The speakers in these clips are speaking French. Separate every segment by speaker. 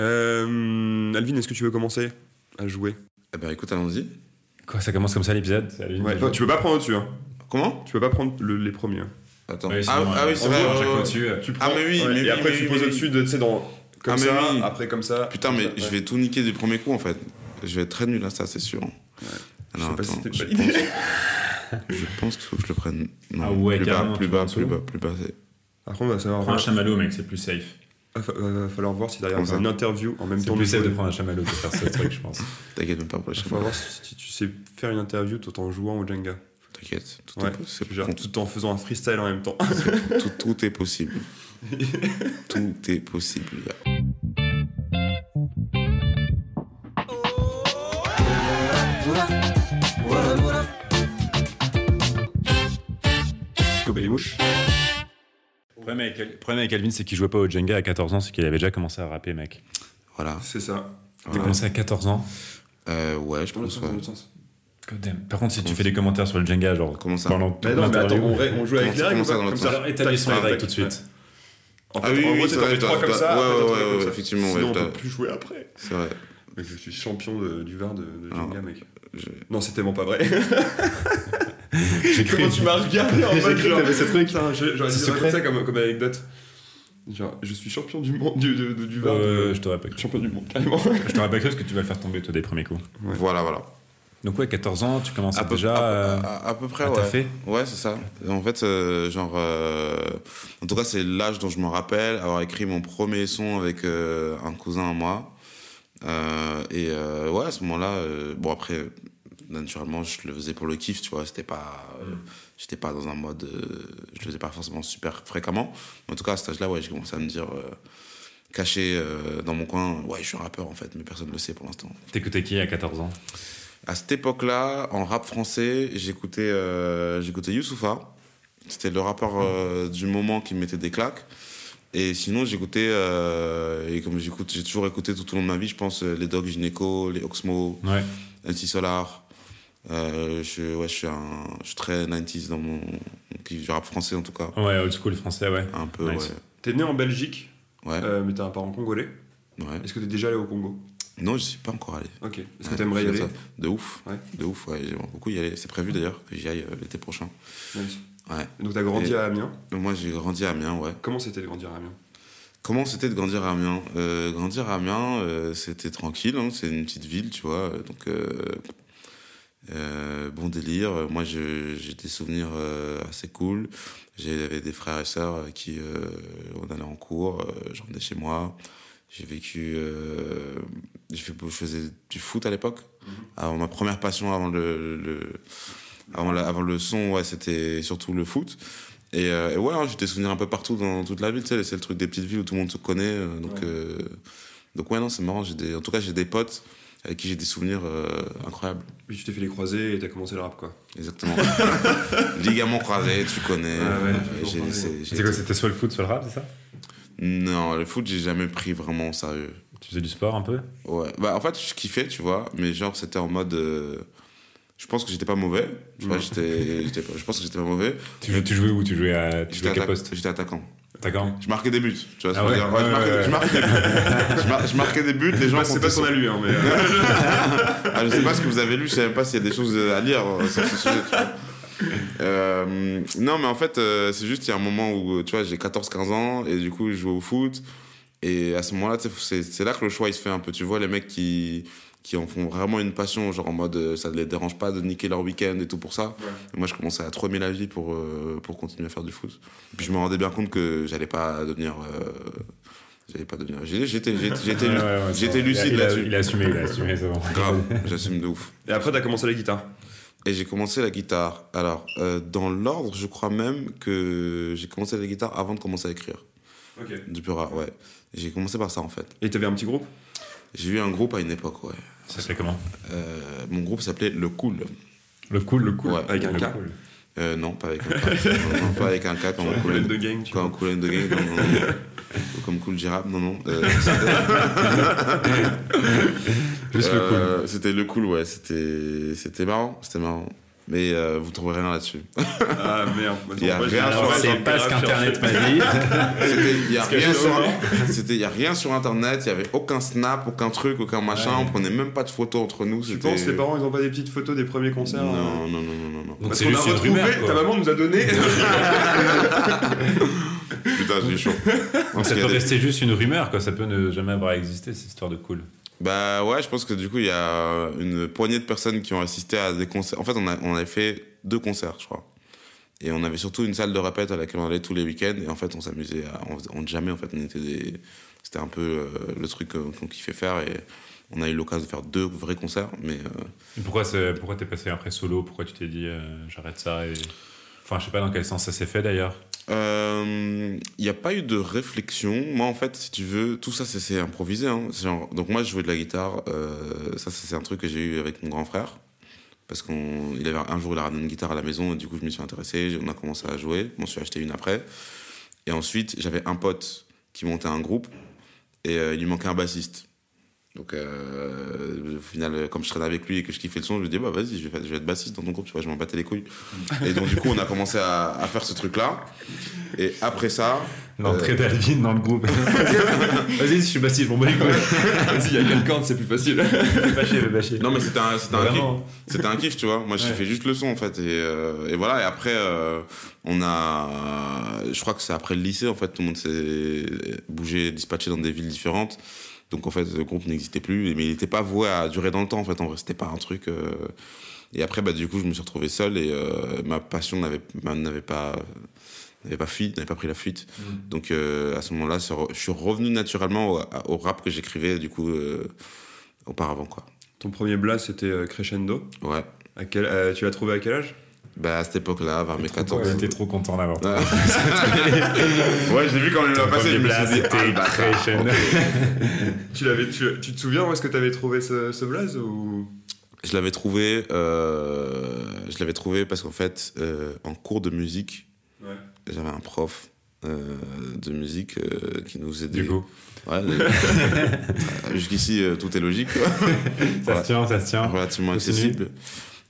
Speaker 1: Euh, Alvin, est-ce que tu veux commencer à jouer
Speaker 2: Eh ben écoute, allons-y.
Speaker 3: Quoi, ça commence comme ça l'épisode C'est Alvin
Speaker 1: Ouais,
Speaker 3: qui
Speaker 1: toi,
Speaker 3: joue.
Speaker 1: tu peux pas prendre au-dessus. hein.
Speaker 2: Comment
Speaker 1: Tu peux pas prendre le- les premiers. hein.
Speaker 2: Attends.
Speaker 3: Ouais,
Speaker 2: ah,
Speaker 3: sinon,
Speaker 2: ah
Speaker 3: euh,
Speaker 2: oui, c'est
Speaker 3: on
Speaker 2: vrai.
Speaker 3: joue à
Speaker 2: ouais,
Speaker 3: chaque
Speaker 2: ouais,
Speaker 3: fois
Speaker 2: ouais.
Speaker 3: dessus. euh.
Speaker 2: Tu prends.
Speaker 1: Ah, mais oui, et
Speaker 2: mais oui,
Speaker 1: après,
Speaker 2: mais
Speaker 1: tu
Speaker 2: oui,
Speaker 1: poses
Speaker 2: mais
Speaker 1: au-dessus de, tu sais, dans. Comme
Speaker 2: Ah, mais
Speaker 1: ça,
Speaker 2: oui.
Speaker 1: après comme ça.
Speaker 2: Putain,
Speaker 1: comme
Speaker 2: mais
Speaker 1: ça,
Speaker 2: je
Speaker 1: ouais.
Speaker 2: vais tout niquer du premier coup en fait. Je vais être très nul à ça, c'est sûr. Alors,
Speaker 1: Je sais pas si
Speaker 2: attends,
Speaker 1: c'était
Speaker 2: je,
Speaker 1: une bonne idée.
Speaker 2: je pense qu'il faut que je le prenne. Non,
Speaker 3: Ah ouais,
Speaker 2: plus bas,
Speaker 3: carrément,
Speaker 2: plus
Speaker 3: tu
Speaker 2: bas,
Speaker 3: prends
Speaker 2: plus
Speaker 3: tout.
Speaker 2: bas, plus bas. c'est-
Speaker 1: Après, on va savoir.
Speaker 3: Prends un chamallow, mec, c'est plus safe.
Speaker 1: Ah, fa- va va falloir voir si t'arrives à
Speaker 2: Comme
Speaker 1: faire
Speaker 2: ça.
Speaker 1: une interview en même
Speaker 3: C'est
Speaker 1: temps.
Speaker 3: plus
Speaker 1: de
Speaker 3: safe de
Speaker 1: jouer.
Speaker 3: prendre un chamallow que de faire ce truc, je pense.
Speaker 2: T'inquiète même pas pour les
Speaker 1: Faut
Speaker 2: chapeaux.
Speaker 1: voir si tu sais faire une interview tout en jouant au Jenga.
Speaker 2: T'inquiète, tout,
Speaker 1: Ouais,
Speaker 2: est possible.
Speaker 1: Genre,
Speaker 2: Tout-
Speaker 1: tout en faisant un freestyle en même temps.
Speaker 2: tout, tout est possible. tout est possible, les gars.
Speaker 1: Gober les mouches.
Speaker 3: Le problème avec, le problème avec Alvin, c'est qu'il jouait pas au Jenga à 14 ans, c'est qu'il avait déjà commencé à rapper, mec.
Speaker 2: Voilà.
Speaker 1: C'est ça.
Speaker 3: T'as
Speaker 2: voilà.
Speaker 3: commencé à 14 ans
Speaker 2: Euh, ouais, je
Speaker 1: Dans l'autre sens,
Speaker 2: pense. ouais.
Speaker 1: dans l'autre sens.
Speaker 3: God damn. Par contre, si tu fais des commentaires sur le Jenga, genre.
Speaker 2: Comment ça
Speaker 3: pendant toute
Speaker 1: Mais non, mais attends,
Speaker 3: l'interview-
Speaker 1: on, ré- on joue avec
Speaker 2: Comment
Speaker 1: les règles. ou
Speaker 2: ça, comment ça,
Speaker 1: pas
Speaker 2: dans
Speaker 1: Comme
Speaker 2: l'autre
Speaker 1: ça,
Speaker 2: sens
Speaker 3: Alors, établis
Speaker 1: tac,
Speaker 3: son
Speaker 1: tac,
Speaker 3: règle
Speaker 1: tac,
Speaker 3: tout de suite.
Speaker 1: En
Speaker 2: Ah
Speaker 1: fait,
Speaker 2: oui,
Speaker 1: en
Speaker 2: oui,
Speaker 1: gros,
Speaker 2: c'est
Speaker 1: t'en
Speaker 2: vrai,
Speaker 1: fais trois
Speaker 2: t'as-
Speaker 1: comme
Speaker 2: t'as-
Speaker 1: ça,
Speaker 2: ouais,
Speaker 1: après, t'en
Speaker 2: ouais,
Speaker 1: fais
Speaker 2: ouais,
Speaker 1: comme ça.
Speaker 2: effectivement, ouais,
Speaker 1: Sinon, on
Speaker 2: t'as-
Speaker 1: peut plus jouer après.
Speaker 2: C'est vrai.
Speaker 1: Mais Je suis champion de- du Var de, de
Speaker 2: Ah.
Speaker 1: Jenga, mec.
Speaker 2: Je-
Speaker 1: Non, c'est tellement pas vrai.
Speaker 3: J'ai cru.
Speaker 1: Comment tu m'as regardé en
Speaker 3: J'ai
Speaker 1: mode
Speaker 3: cru que
Speaker 1: genre.
Speaker 3: t'avais ce truc.
Speaker 1: Putain, je- j'aurais
Speaker 3: C'est
Speaker 1: dû raconter
Speaker 3: secret.
Speaker 1: ça comme, comme anecdote. Genre, je suis champion du monde, du, de- de- du Var.
Speaker 3: Euh,
Speaker 1: de-
Speaker 3: je te rappelle.
Speaker 1: Champion du monde, carrément.
Speaker 3: Je te rappelle parce que tu vas le faire tomber, toi, des premiers coups.
Speaker 1: Ouais.
Speaker 2: Voilà, voilà.
Speaker 3: Donc, ouais, 14 ans, tu commences
Speaker 2: À peu,
Speaker 3: déjà.
Speaker 2: à,
Speaker 3: euh,
Speaker 2: peu- à- à peu près,
Speaker 3: à
Speaker 2: ouais.
Speaker 3: taffer.
Speaker 2: Ouais, c'est ça. En fait, euh, genre. euh, en tout cas, c'est l'âge dont je me rappelle, avoir écrit mon premier son avec euh, un cousin à moi. Euh, et euh, ouais, à ce moment-là, euh, bon, après, naturellement, je le faisais pour le kiff, tu vois. C'était pas. euh, J'étais pas dans un mode. euh, je le faisais pas forcément super fréquemment. Mais en tout cas, à cet âge-là, ouais, j'ai commencé à me dire. euh, caché euh, dans mon coin, ouais, je suis un rappeur en fait, mais personne ne le sait pour l'instant.
Speaker 3: T'écoutais qui à 14 ans
Speaker 2: À cette époque-là, en rap français, j'écoutais euh, j'écoutais Youssoupha. C'était le rappeur euh, du moment qui me mettait des claques. Et sinon, j'écoutais, euh, et comme j'écoute, j'ai toujours écouté tout au long de ma vie, je pense, euh, les Doc Gynéco, les Oxmo,
Speaker 3: Ouais.
Speaker 2: MC Solar. Euh, je, ouais, je, suis un- je suis très 90s dans mon. du rap français en tout cas.
Speaker 3: Ouais, old school français, ouais.
Speaker 2: Un peu,
Speaker 3: Nice.
Speaker 1: T'es né en Belgique,
Speaker 2: ouais. Ouais,
Speaker 1: euh, mais t'as un parent congolais.
Speaker 2: ouais.
Speaker 1: Est-ce que t'es déjà allé au Congo
Speaker 2: Non, je suis pas encore allé.
Speaker 1: Ok. Euh, Est-ce que
Speaker 2: Ouais,
Speaker 1: t'aimerais y
Speaker 2: je
Speaker 1: aller
Speaker 2: fais ça. De ouf.
Speaker 1: Ouais.
Speaker 2: De ouf, ouais, j'aimerais beaucoup y aller. C'est prévu d'ailleurs que j'y aille euh, l'été prochain.
Speaker 1: Nice.
Speaker 2: Ouais.
Speaker 1: Donc t'as grandi
Speaker 2: Et-
Speaker 1: à Amiens.
Speaker 2: Moi, j'ai grandi à Amiens, ouais.
Speaker 1: Comment c'était de grandir à Amiens
Speaker 2: Comment c'était de grandir à Amiens Euh, Grandir à Amiens, euh, c'était tranquille, hein, c'est une petite ville, tu vois. euh, Donc, euh, euh, bon délire. Euh, Moi, je- j'ai des souvenirs euh, assez cool. J'avais des frères et sœurs euh, qui, euh, on allait en cours, euh, je rentrais chez moi. J'ai vécu. euh, j'ai fait, je faisais du foot à l'époque. Avant ma première passion, avant le. le- avant, la- avant le son, ouais, c'était surtout le foot. Et, euh, et ouais, hein, j'ai des souvenirs un peu partout dans toute la ville, tu sais, c'est le truc des petites villes où tout le monde se connaît. euh, donc,
Speaker 1: Ouais.
Speaker 2: euh, donc ouais, non, c'est marrant. j'ai Des, en tout cas, j'ai des potes avec qui j'ai des souvenirs euh, incroyables.
Speaker 1: Puis tu t'es fait les croiser et t'as commencé le rap quoi.
Speaker 2: Exactement. Ligament croisé, tu connais.
Speaker 1: Ouais, ouais,
Speaker 2: euh,
Speaker 1: toujours
Speaker 2: j'ai-
Speaker 1: croisé.
Speaker 2: c'est- j'ai-
Speaker 3: C'est quoi, c'était soit le foot, soit le rap, c'est ça
Speaker 2: Non, le foot, j'ai jamais pris vraiment au sérieux.
Speaker 3: Tu faisais du sport un peu
Speaker 2: Ouais. Bah, en fait, je kiffais, tu vois, mais genre, c'était en mode. euh, je pense que j'étais pas mauvais. Tu vois,
Speaker 1: Mhm.
Speaker 2: j'étais, j'étais pas- je pense que j'étais pas mauvais.
Speaker 3: tu, jouais- tu jouais où Tu jouais à,
Speaker 2: J'étais,
Speaker 3: tu jouais à quel
Speaker 2: atta-
Speaker 3: poste
Speaker 2: j'étais attaquant.
Speaker 3: Attaquant
Speaker 2: Je marquais des buts. Tu vois, ce
Speaker 3: Ah
Speaker 2: que
Speaker 3: ouais,
Speaker 2: je veux dire Ouais, je
Speaker 3: ouais,
Speaker 2: marquais-
Speaker 3: ouais, ouais.
Speaker 2: je marquais des buts. Je mar- je marquais des buts, les gens
Speaker 1: Bah, c'est
Speaker 2: comptaient
Speaker 1: pas ce qu'on
Speaker 2: sur-
Speaker 1: a lu hein, mais.
Speaker 2: Ah, je sais pas ce que vous avez lu, je sais même pas s'il y a des choses à lire euh, sur ce sujet. tu vois. Euh, non, mais en fait, euh, c'est juste, il y a un moment où, euh, tu vois, j'ai 14-15 ans et du coup, je joue au foot. Et à ce moment-là, tu sais, faut- c'est c'est là que le choix, il se fait un peu. Tu vois, les mecs qui, qui en font vraiment une passion, genre en mode, euh, ça ne les dérange pas de niquer leur week-end et tout pour ça.
Speaker 1: Ouais.
Speaker 2: Et moi, je commençais à 3000 la vie pour, euh, pour continuer à faire du foot. Et puis, je me rendais bien compte que j'allais pas devenir... euh, j'allais pas devenir... J'étais j'étais- j'étais lu-
Speaker 3: Ouais, ouais, ouais, ça
Speaker 2: j'étais
Speaker 3: va.
Speaker 2: lucide
Speaker 3: Il a-
Speaker 2: là-dessus.
Speaker 3: Il a assumé, il a assumé, c'est bon.
Speaker 2: Grave, j'assume de ouf.
Speaker 1: Et après t'as commencé la guitare.
Speaker 2: Et j'ai commencé la guitare. Alors, euh, dans l'ordre, je crois même que j'ai commencé la guitare avant de commencer à écrire.
Speaker 1: Ok.
Speaker 2: Du plus rare, ouais. J'ai commencé par ça, en fait.
Speaker 1: Et t'avais un petit groupe
Speaker 2: J'ai eu un groupe à une époque, ouais.
Speaker 3: Ça s'appelait comment
Speaker 2: Euh, mon groupe s'appelait Le Cool.
Speaker 3: Le cool, le cool.
Speaker 2: Ouais.
Speaker 1: avec un
Speaker 3: Le
Speaker 1: K.
Speaker 3: cool.
Speaker 2: Euh, non, pas avec un K. Non, non, pas avec un K, comme
Speaker 1: Un
Speaker 2: Cool
Speaker 1: problème
Speaker 2: and-
Speaker 1: de gang. Tu
Speaker 2: comme
Speaker 1: vois.
Speaker 2: Cool and the Gang, non, non, non. Ou comme Cool Giraffe, non, non. Euh, c'était-
Speaker 3: Juste le cool.
Speaker 2: euh, C'était Le Cool, ouais. C'était c'était marrant, c'était marrant. Mais euh, vous trouverez rien là-dessus.
Speaker 1: Ah merde. Bah, non,
Speaker 2: Il y a
Speaker 1: moi, j'ai-
Speaker 2: rien sur
Speaker 1: j'ai-
Speaker 2: la-
Speaker 1: j'ai-
Speaker 3: c'est pas ce
Speaker 1: j'ai-
Speaker 3: qu'Internet m'a dit.
Speaker 2: C'était- Il n'y a,
Speaker 3: Parce que
Speaker 2: rien
Speaker 3: je-
Speaker 2: sur- c'était- il y a rien sur Internet, il n'y avait aucun snap, aucun truc, aucun machin, on prenait même pas de photos entre nous.
Speaker 1: Tu
Speaker 2: c'était-
Speaker 1: penses les parents ils ont pas des petites photos des premiers concerts
Speaker 2: Non,
Speaker 1: euh,
Speaker 2: non, non, non, non. non.
Speaker 3: Donc
Speaker 1: Parce
Speaker 3: c'est
Speaker 1: qu'on a
Speaker 3: juste une
Speaker 1: retrouvé,
Speaker 3: rumeur, quoi.
Speaker 1: ta maman nous a donné.
Speaker 2: Putain, j'ai chaud.
Speaker 3: Donc
Speaker 2: Parce
Speaker 3: ça
Speaker 2: qu'il y
Speaker 3: peut
Speaker 2: a des-
Speaker 3: rester juste une rumeur, quoi. Ça peut ne jamais avoir existé, cette histoire de cool.
Speaker 2: Bah ouais, je pense que du coup, il y a une poignée de personnes qui ont assisté à des concerts. En fait, on, a, on avait fait deux concerts, je crois. Et on avait surtout une salle de répète à laquelle on allait tous les week-ends. Et en fait, on s'amusait. à- On, faisait- on jamais, en fait, on était des. C'était un peu euh, le truc qu'on qu'on kiffait faire. Et on a eu l'occasion de faire deux vrais concerts. Mais euh,
Speaker 3: Et Pourquoi, c'est- pourquoi t'es passé après solo Pourquoi tu t'es dit euh, j'arrête ça et... Enfin, je sais pas dans quel sens ça s'est fait d'ailleurs.
Speaker 2: Euh, Il n'y a pas eu de réflexion. Moi, en fait, si tu veux, tout ça, c'est- c'est improvisé. hein. C'est genre- donc, moi, je jouais de la guitare. euh, ça, c'est un truc que j'ai eu avec mon grand frère. Parce qu'on, il avait un jour, il a ramené une guitare à la maison et du coup, je m'y suis intéressé. On a commencé à jouer. Je m'en suis acheté une après. Et ensuite, j'avais un pote qui montait un groupe et euh, il lui manquait un bassiste. Donc, euh, au final, comme je traînais avec lui et que je kiffais le son, je lui dis, bah vas-y, je vais, faire- je vais être bassiste dans ton groupe, tu vois, je m'en battais les couilles. et donc, du coup, on a commencé à, à faire ce truc-là. Et après ça, Euh.
Speaker 3: L'entrée d'Alvin dans le groupe. Vas-y, je suis bassiste, je m'en bats les couilles.
Speaker 1: Vas-y, il y a quelqu'un, c'est plus facile.
Speaker 3: Fais pas chier, fais pas chier.
Speaker 2: non, mais c'était un, c'était un kiff.
Speaker 3: Vraiment.
Speaker 2: C'était un kiff, tu vois. Moi, j'ai
Speaker 3: Ouais.
Speaker 2: fait juste le son, en fait. Et, euh, et voilà. Et après, euh, on a. Je crois que c'est après le lycée, en fait. Tout le monde s'est bougé, dispatché dans des villes différentes. Donc, en fait, le groupe n'existait plus. Mais il n'était pas voué à durer dans le temps, en fait. En vrai, c'était pas un truc. euh, Et après, bah, du coup, je me suis retrouvé seul et euh, ma passion n'avait n'avait pas. n'avait pas fui, n'avait pas pris la fuite.
Speaker 3: Mm.
Speaker 2: Donc euh, à ce moment-là, c'est re- je suis revenu naturellement au, au rap que j'écrivais du coup euh, auparavant quoi.
Speaker 1: Ton premier blast, c'était euh, Crescendo.
Speaker 2: Ouais.
Speaker 1: À quel, euh, tu l'as trouvé à quel âge
Speaker 2: Bah à cette époque-là, vers mes Ah. 14
Speaker 3: Ouais, T'es trop content d'avoir.
Speaker 2: Ouais, ouais j'ai vu quand il l'a passé. je me suis dit, ah,
Speaker 3: C'était
Speaker 2: bah,
Speaker 3: très chaîne.
Speaker 1: tu, l'avais, tu, tu te souviens où est-ce que t'avais trouvé ce, ce blaze ou...
Speaker 2: Je l'avais trouvé, euh, je l'avais trouvé parce qu'en fait, euh, en cours de musique,
Speaker 1: Ouais.
Speaker 2: j'avais un prof euh, de musique euh, qui nous aidait.
Speaker 3: Du coup,
Speaker 2: Ouais, les- Jusqu'ici, euh, tout est logique. quoi.
Speaker 3: ça
Speaker 2: Ouais.
Speaker 3: se tient, ça se tient.
Speaker 2: relativement
Speaker 3: Continue.
Speaker 2: accessible.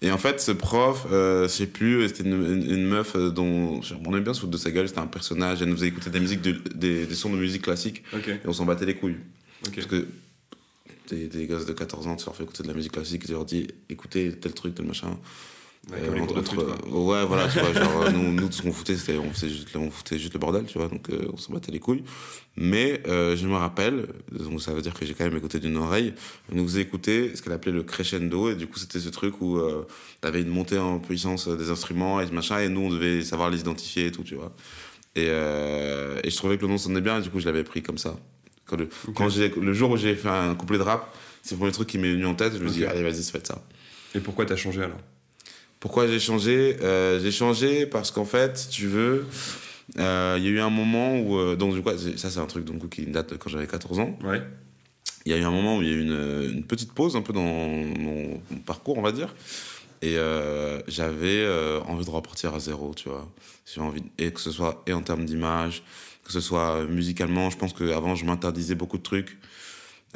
Speaker 2: Et en fait, ce prof, euh, je sais plus, c'était une, une- une meuf euh, dont je me rendais bien sous de sa gueule, c'était un personnage, elle nous faisait écouter des, musiques de- des, des sons de musique classique
Speaker 1: Ok,
Speaker 2: et on s'en battait les couilles.
Speaker 1: ok.
Speaker 2: Parce que des, des gosses de 14 ans, tu leur fais écouter de la musique classique, tu leur dis écoutez tel truc, tel machin.
Speaker 1: Ouais,
Speaker 2: Euh,
Speaker 1: comme les cours de
Speaker 2: entre-
Speaker 1: foot, quoi.
Speaker 2: euh, ouais, voilà, tu vois, genre, euh, nous, nous, ce qu'on foutait, c'était, on faisait juste, le- on foutait juste le bordel, tu vois, donc euh, on s'en battait les couilles. Mais euh, je me rappelle, donc ça veut dire que j'ai quand même écouté d'une oreille, elle nous faisait écouter ce qu'elle appelait le crescendo, et du coup, c'était ce truc où euh, t'avais une montée en puissance euh, des instruments et machin, et nous, on devait savoir les identifier et tout, tu vois. Et, euh, et je trouvais que le nom sonnait bien, et du coup, je l'avais pris comme ça. Quand le, quand j'ai, le jour où j'ai fait un couplet de rap, c'est le premier truc qui m'est venu en tête, je me suis dit,
Speaker 1: Ok.
Speaker 2: allez, vas-y, faites ça.
Speaker 1: Et pourquoi t'as changé alors
Speaker 2: Pourquoi j'ai changé Euh, J'ai changé parce qu'en fait, si tu veux, euh, il y a eu un moment où. euh, donc, du coup, c'est- ça, c'est un truc donc, qui date de quand j'avais 14 ans.
Speaker 1: Ouais.
Speaker 2: Il y a eu un moment où il y a eu une, une petite pause un peu dans mon, mon parcours, on va dire. Et euh, j'avais euh, envie de repartir à zéro, tu vois. J'ai envie, de- et que ce soit et en termes d'image, que ce soit euh, musicalement. Je pense qu'avant, je m'interdisais beaucoup de trucs.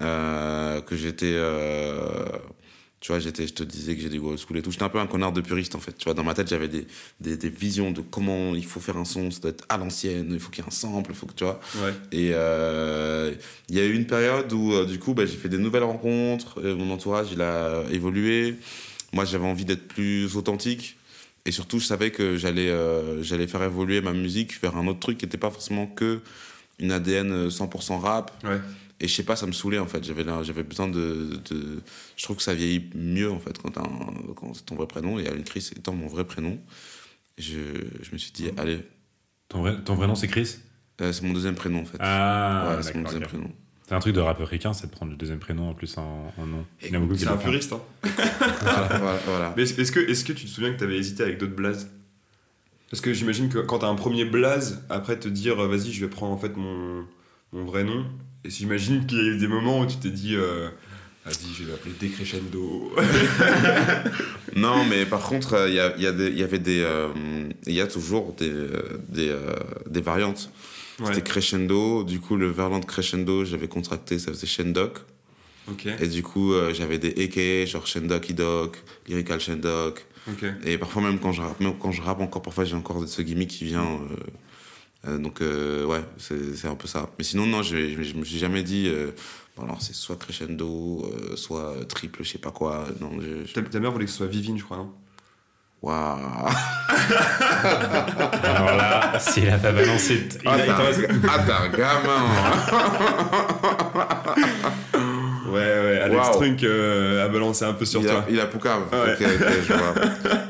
Speaker 2: euh, que j'étais. euh, tu vois, j'étais, je te disais que j'ai des old school et tout. J'étais un peu un connard de puriste, en fait. Tu vois, dans ma tête, j'avais des, des, des visions de comment il faut faire un son. Ça doit être à l'ancienne, il faut qu'il y ait un sample, il faut que, tu vois.
Speaker 1: Ouais.
Speaker 2: Et euh, il y a eu une période où, euh, du coup, bah, j'ai fait des nouvelles rencontres, euh, mon entourage, il a évolué. Moi, j'avais envie d'être plus authentique. Et surtout, je savais que j'allais euh, j'allais faire évoluer ma musique vers un autre truc qui n'était pas forcément que une ADN 100% rap.
Speaker 1: Ouais.
Speaker 2: Et je sais pas, ça me saoulait en fait. J'avais la- j'avais besoin de, de- Je trouve que ça vieillit mieux en fait quand, t'as un- quand c'est ton vrai prénom. Et Alan Chris étant mon vrai prénom, je, je me suis dit,
Speaker 3: Mmh.
Speaker 2: allez,
Speaker 3: Ton vrai, ton vrai nom, c'est Chris
Speaker 2: euh, c'est mon deuxième prénom en fait.
Speaker 3: Ah,
Speaker 2: Ouais, c'est mon
Speaker 3: d'accord,
Speaker 2: deuxième
Speaker 3: ok.
Speaker 2: prénom.
Speaker 3: C'est un truc de rap africain, c'est de prendre le deuxième prénom en plus en, en nom.
Speaker 2: Et
Speaker 3: Il y en a beaucoup qui
Speaker 1: C'est un
Speaker 3: le font.
Speaker 1: puriste. Hein.
Speaker 2: Voilà, voilà, voilà.
Speaker 1: Mais est-ce est-ce que, est que tu te souviens que t'avais hésité avec d'autres blazes Parce que j'imagine que quand t'as un premier blaze, après te dire euh, vas-y, je vais prendre en fait mon, mon vrai nom. Et j'imagine qu'il y a eu des moments où tu t'es dit euh, vas-y, je vais l'appeler Decrescendo.
Speaker 2: Non, mais par contre, euh, il y, a- il y a des- il y avait des. euh, Il y a toujours des, euh, des, euh, des variantes. C'était
Speaker 1: ouais.
Speaker 2: crescendo, du coup, le variant de crescendo, j'avais contracté, ça faisait Shendok.
Speaker 1: Ok.
Speaker 2: Et du coup, euh, j'avais des EK, genre Shendok, Idok, Lyrical Shendok,
Speaker 1: Ok.
Speaker 2: Et parfois même quand je rappe, même quand je rappe encore, parfois j'ai encore ce gimmick qui vient. euh, euh, donc euh, ouais, c'est c'est un peu ça. Mais sinon non, je, je- je me suis jamais dit. euh, bon alors c'est soit crescendo, euh, soit triple, je sais pas quoi. Non, je. je-
Speaker 1: Ta, ta mère voulait que ce soit Vivine, je crois. non
Speaker 2: Waouh.
Speaker 3: Ah, Alors là, s'il a pas balancé. t- il
Speaker 2: Ah,
Speaker 3: a- il t'en reste-
Speaker 2: t'as- ah, t'as un gamin.
Speaker 1: Ouais, ouais, Alex
Speaker 2: Waouh.
Speaker 1: Trunk euh, a balancé un peu sur
Speaker 2: il,
Speaker 1: toi.
Speaker 2: a, il a Poucave.
Speaker 1: Ouais.
Speaker 2: Ok, ok, je vois.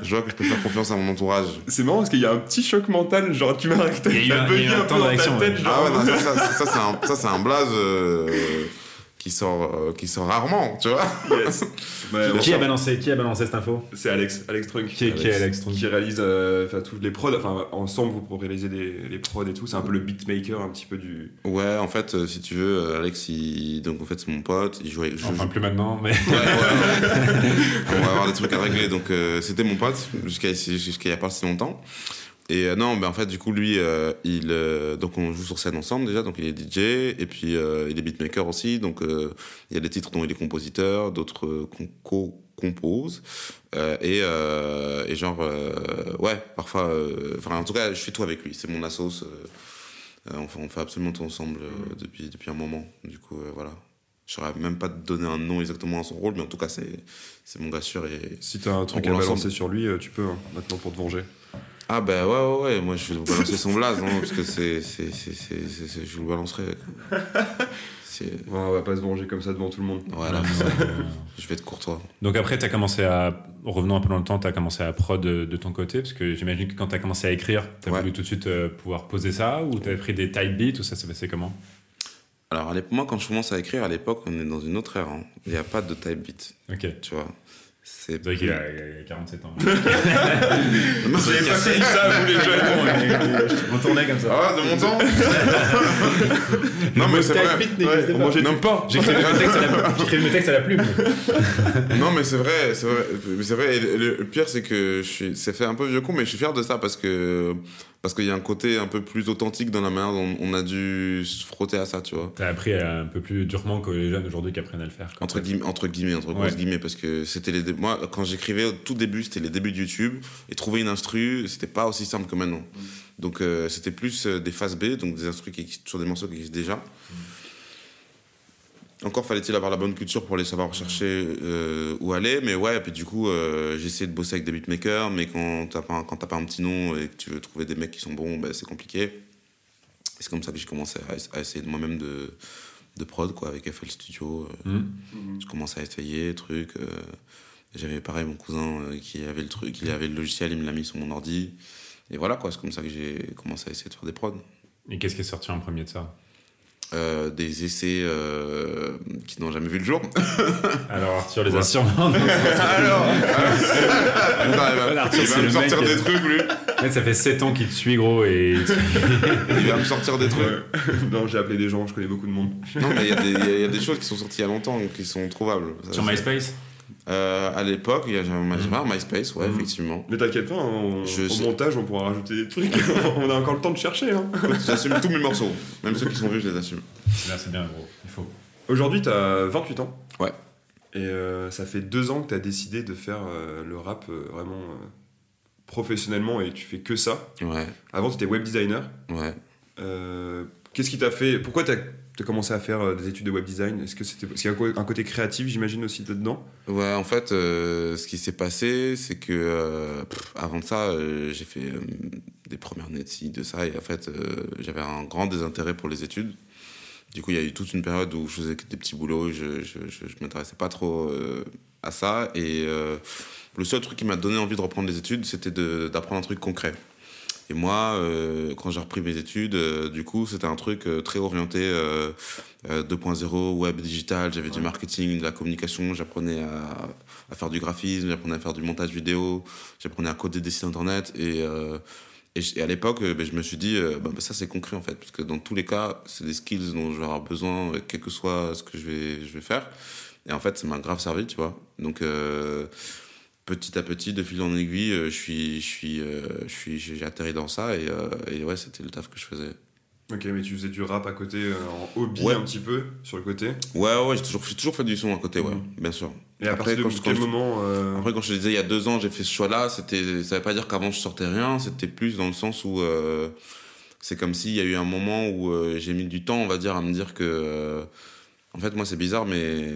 Speaker 2: Je vois que je peux faire confiance à mon entourage.
Speaker 1: C'est marrant parce qu'il y a un petit choc mental, genre tu m'as
Speaker 3: Il y a
Speaker 1: t'as
Speaker 3: eu un- il
Speaker 1: bugué
Speaker 3: y a eu un
Speaker 1: un peu
Speaker 3: temps de
Speaker 1: dans ta
Speaker 3: réaction,
Speaker 1: tête,
Speaker 3: ouais.
Speaker 1: genre.
Speaker 2: Ah ouais, non, ça, ça, ça, c'est un, ça, c'est un blaze euh, qui, sort, euh, qui sort rarement, tu vois.
Speaker 1: Yes. Ouais,
Speaker 2: Qui-
Speaker 1: bon,
Speaker 3: euh, Qui a balancé Qui a balancé cette info
Speaker 1: c'est Alex, Alex Trunk.
Speaker 3: Qui est, qui est Alex Tronc
Speaker 1: qui réalise euh, enfin, tous les prods, enfin ensemble vous réalisez les, les prods et tout, c'est un peu le beatmaker un petit peu du...
Speaker 2: Ouais, en fait, euh, si tu veux, euh, Alex, il... donc en fait, c'est mon pote. Il joue avec. je-
Speaker 3: Enfin,
Speaker 2: je-
Speaker 3: plus maintenant, mais.
Speaker 2: Ouais, ouais. On va avoir des trucs à régler. Donc, euh, c'était mon pote jusqu'à ici- jusqu'à il y a pas si longtemps. Et euh, non, ben en fait, du coup, lui, euh, il, euh, donc on joue sur scène ensemble déjà. Donc, il est DJ et puis euh, il est beatmaker aussi. Donc, euh, il y a des titres dont il est compositeur, d'autres euh, qu'on co-compose. Euh, et, euh, et genre, euh, ouais, parfois, euh, enfin, en tout cas, je fais tout avec lui. C'est mon assos. euh, euh, on, fait, on fait absolument tout ensemble euh, depuis, depuis un moment. Du coup, euh, voilà. Je saurais même pas te donner un nom exactement à son rôle, mais en tout cas, c'est c'est mon gars sûr. Et...
Speaker 1: Si t'as un truc
Speaker 2: On
Speaker 1: à
Speaker 2: ensemble.
Speaker 1: balancer sur lui, euh, tu peux hein, maintenant pour te venger.
Speaker 2: Ah, ben ouais, ouais, ouais, moi je vais vous balancer son blaze, hein, parce que c'est. c'est- c'est- c'est- c'est- c'est- Je vous le balancerai. C'est.
Speaker 1: Ouais, on va pas se venger comme ça devant tout le monde.
Speaker 2: Voilà, je vais être courtois.
Speaker 3: Donc après, tu as commencé à. Revenons un peu dans le temps, tu as commencé à prod de, de ton côté, parce que j'imagine que quand tu as commencé à écrire, tu as
Speaker 2: Ouais.
Speaker 3: voulu tout de suite euh, pouvoir poser ça, ou tu as pris des type beats, ou ça s'est passé comment
Speaker 2: Alors, à l'époque- moi, quand je commence à écrire, à l'époque, on est dans une autre ère. hein. Il n'y a pas de type beat,
Speaker 3: Ok.
Speaker 2: tu vois. C'est.
Speaker 3: C'est vrai qu'il a, il a 47 ans.
Speaker 2: Non,
Speaker 1: Vous avez
Speaker 2: c'est-
Speaker 1: pas fait ça, vous les jeunes
Speaker 3: On tournait comme ça.
Speaker 2: Ah, de mon temps Non, mais c'est vrai.
Speaker 1: Ouais, on mangeait
Speaker 2: Non, pas.
Speaker 3: J'écrivais mes textes à la- j'écrivais mes textes à la plume.
Speaker 2: Non, mais c'est vrai, c'est vrai. Mais c'est vrai. Et le, le pire, c'est que je suis, c'est fait un peu vieux con, mais je suis fier de ça parce que parce qu'il y a un côté un peu plus authentique dans la manière dont on a dû se frotter à ça, tu vois.
Speaker 3: T'as appris euh, un peu plus durement que les jeunes aujourd'hui qui apprennent à le faire. quoi.
Speaker 2: Entre guillemets, entre guillemets, entre grosses
Speaker 3: Ouais.
Speaker 2: guillemets, parce que c'était les dé- moi quand j'écrivais au tout début, c'était les débuts de YouTube et trouver une instru, c'était pas aussi simple que maintenant. Donc euh, c'était plus euh, des phases B, donc des instrus qui existent sur des morceaux qui existent déjà. Encore fallait-il avoir la bonne culture pour les savoir chercher euh, où aller, mais ouais, et puis du coup, euh, j'ai essayé de bosser avec des beatmakers, mais quand t'as pas, un- quand t'as pas un petit nom et que tu veux trouver des mecs qui sont bons, ben, c'est compliqué. Et C'est comme ça que j'ai commencé à, ess- à essayer de moi-même de, de prod, quoi, avec FL Studio. euh,
Speaker 3: Mhm.
Speaker 2: je commençais à essayer, truc. euh, J'avais pareil mon cousin euh, qui avait le truc, il avait le logiciel, il me l'a mis sur mon ordi. Et voilà quoi, c'est comme ça que j'ai commencé à essayer de faire des prods.
Speaker 3: Et qu'est-ce qui est sorti en premier de ça
Speaker 2: Euh, des essais euh, qui n'ont jamais vu le jour.
Speaker 3: Alors Arthur les a sûrement.
Speaker 2: Alors Attends, il va,
Speaker 3: Arthur,
Speaker 2: il va
Speaker 3: c'est
Speaker 2: me
Speaker 3: le mec
Speaker 2: sortir
Speaker 3: qui-
Speaker 2: des trucs, lui.
Speaker 3: Mec, ça fait 7 ans qu'il te suit, gros, et
Speaker 2: Il va me sortir des trucs.
Speaker 1: Ouais. Non, j'ai appelé des gens, je connais beaucoup de monde.
Speaker 2: Non, mais il y, a des- il y a- il y a des choses qui sont sorties il y a longtemps, qui sont trouvables. Ça,
Speaker 3: sur
Speaker 2: c'est-
Speaker 3: MySpace.
Speaker 2: Euh, à l'époque, il y avait un j'avais un MySpace, ouais,
Speaker 3: Mm.
Speaker 1: Mhm.
Speaker 2: effectivement.
Speaker 1: Mais t'inquiète pas, hein, on-
Speaker 2: Je
Speaker 1: au
Speaker 2: sais.
Speaker 1: montage on pourra rajouter des trucs, on a encore le temps de chercher. Hein.
Speaker 2: Écoute, J'assume tous mes morceaux. Même ceux qui sont vus, je les assume.
Speaker 3: Là, c'est bien, gros. Il faut.
Speaker 1: Aujourd'hui t'as 28 ans.
Speaker 2: Ouais.
Speaker 1: Et euh, ça fait deux ans que t'as décidé de faire euh, le rap euh, vraiment euh, professionnellement et tu fais que ça.
Speaker 2: Ouais,
Speaker 1: Avant, tu étais web designer.
Speaker 2: ouais.
Speaker 1: Euh, Qu'est-ce qui t'a fait Pourquoi tu as, commencé à faire euh, des études de web design Est-ce que c'était parce qu'il y a un co- un côté créatif, j'imagine aussi là-dedans
Speaker 2: Ouais, en fait, euh, ce qui s'est passé, c'est que euh, pff, avant de ça, euh, j'ai fait euh, des premières années de ci, de ça, et en fait, euh, j'avais un grand désintérêt pour les études. Du coup, il y a eu toute une période où je faisais que des petits boulots, je, je, je, je m'intéressais pas trop euh, à ça, et euh, le seul truc qui m'a donné envie de reprendre les études, c'était de- d'apprendre un truc concret. Et moi, euh, quand j'ai repris mes études, euh, du coup, c'était un truc euh, très orienté euh, euh, 2.0, web digital. J'avais du marketing, de la communication. J'apprenais à, à faire du graphisme, j'apprenais à faire du montage vidéo, j'apprenais à coder des sites internet. Et, euh, et, je- et à l'époque, euh, ben, je me suis dit, euh, ben, ben, ça c'est concret en fait, parce que dans tous les cas, c'est des skills dont je vais avoir besoin, euh, quel que soit ce que je vais, je vais faire. Et en fait, ça m'a grave servi, tu vois. Donc euh, petit à petit, de fil en aiguille, euh, je suis, je suis, euh, je suis, j'ai j'ai atterri dans ça et, euh, et ouais, c'était le taf que je faisais.
Speaker 1: Ok, mais tu faisais du rap à côté, euh, en hobby
Speaker 2: Ouais.
Speaker 1: un petit peu, sur le côté.
Speaker 2: Mm. Ouais, ouais, j'ai toujours, j'ai toujours fait du son à côté, ouais, bien sûr.
Speaker 1: Et à partir
Speaker 2: Après,
Speaker 1: de
Speaker 2: quand je-
Speaker 1: quel
Speaker 2: quand je-
Speaker 1: moment euh,
Speaker 2: Après, quand je te disais il y a deux ans, j'ai fait ce choix-là, c'était, ça veut pas dire qu'avant je sortais rien, c'était plus dans le sens où euh, c'est comme s'il y a eu un moment où euh, j'ai mis du temps, on va dire, à me dire que. euh, en fait, moi, c'est bizarre, mais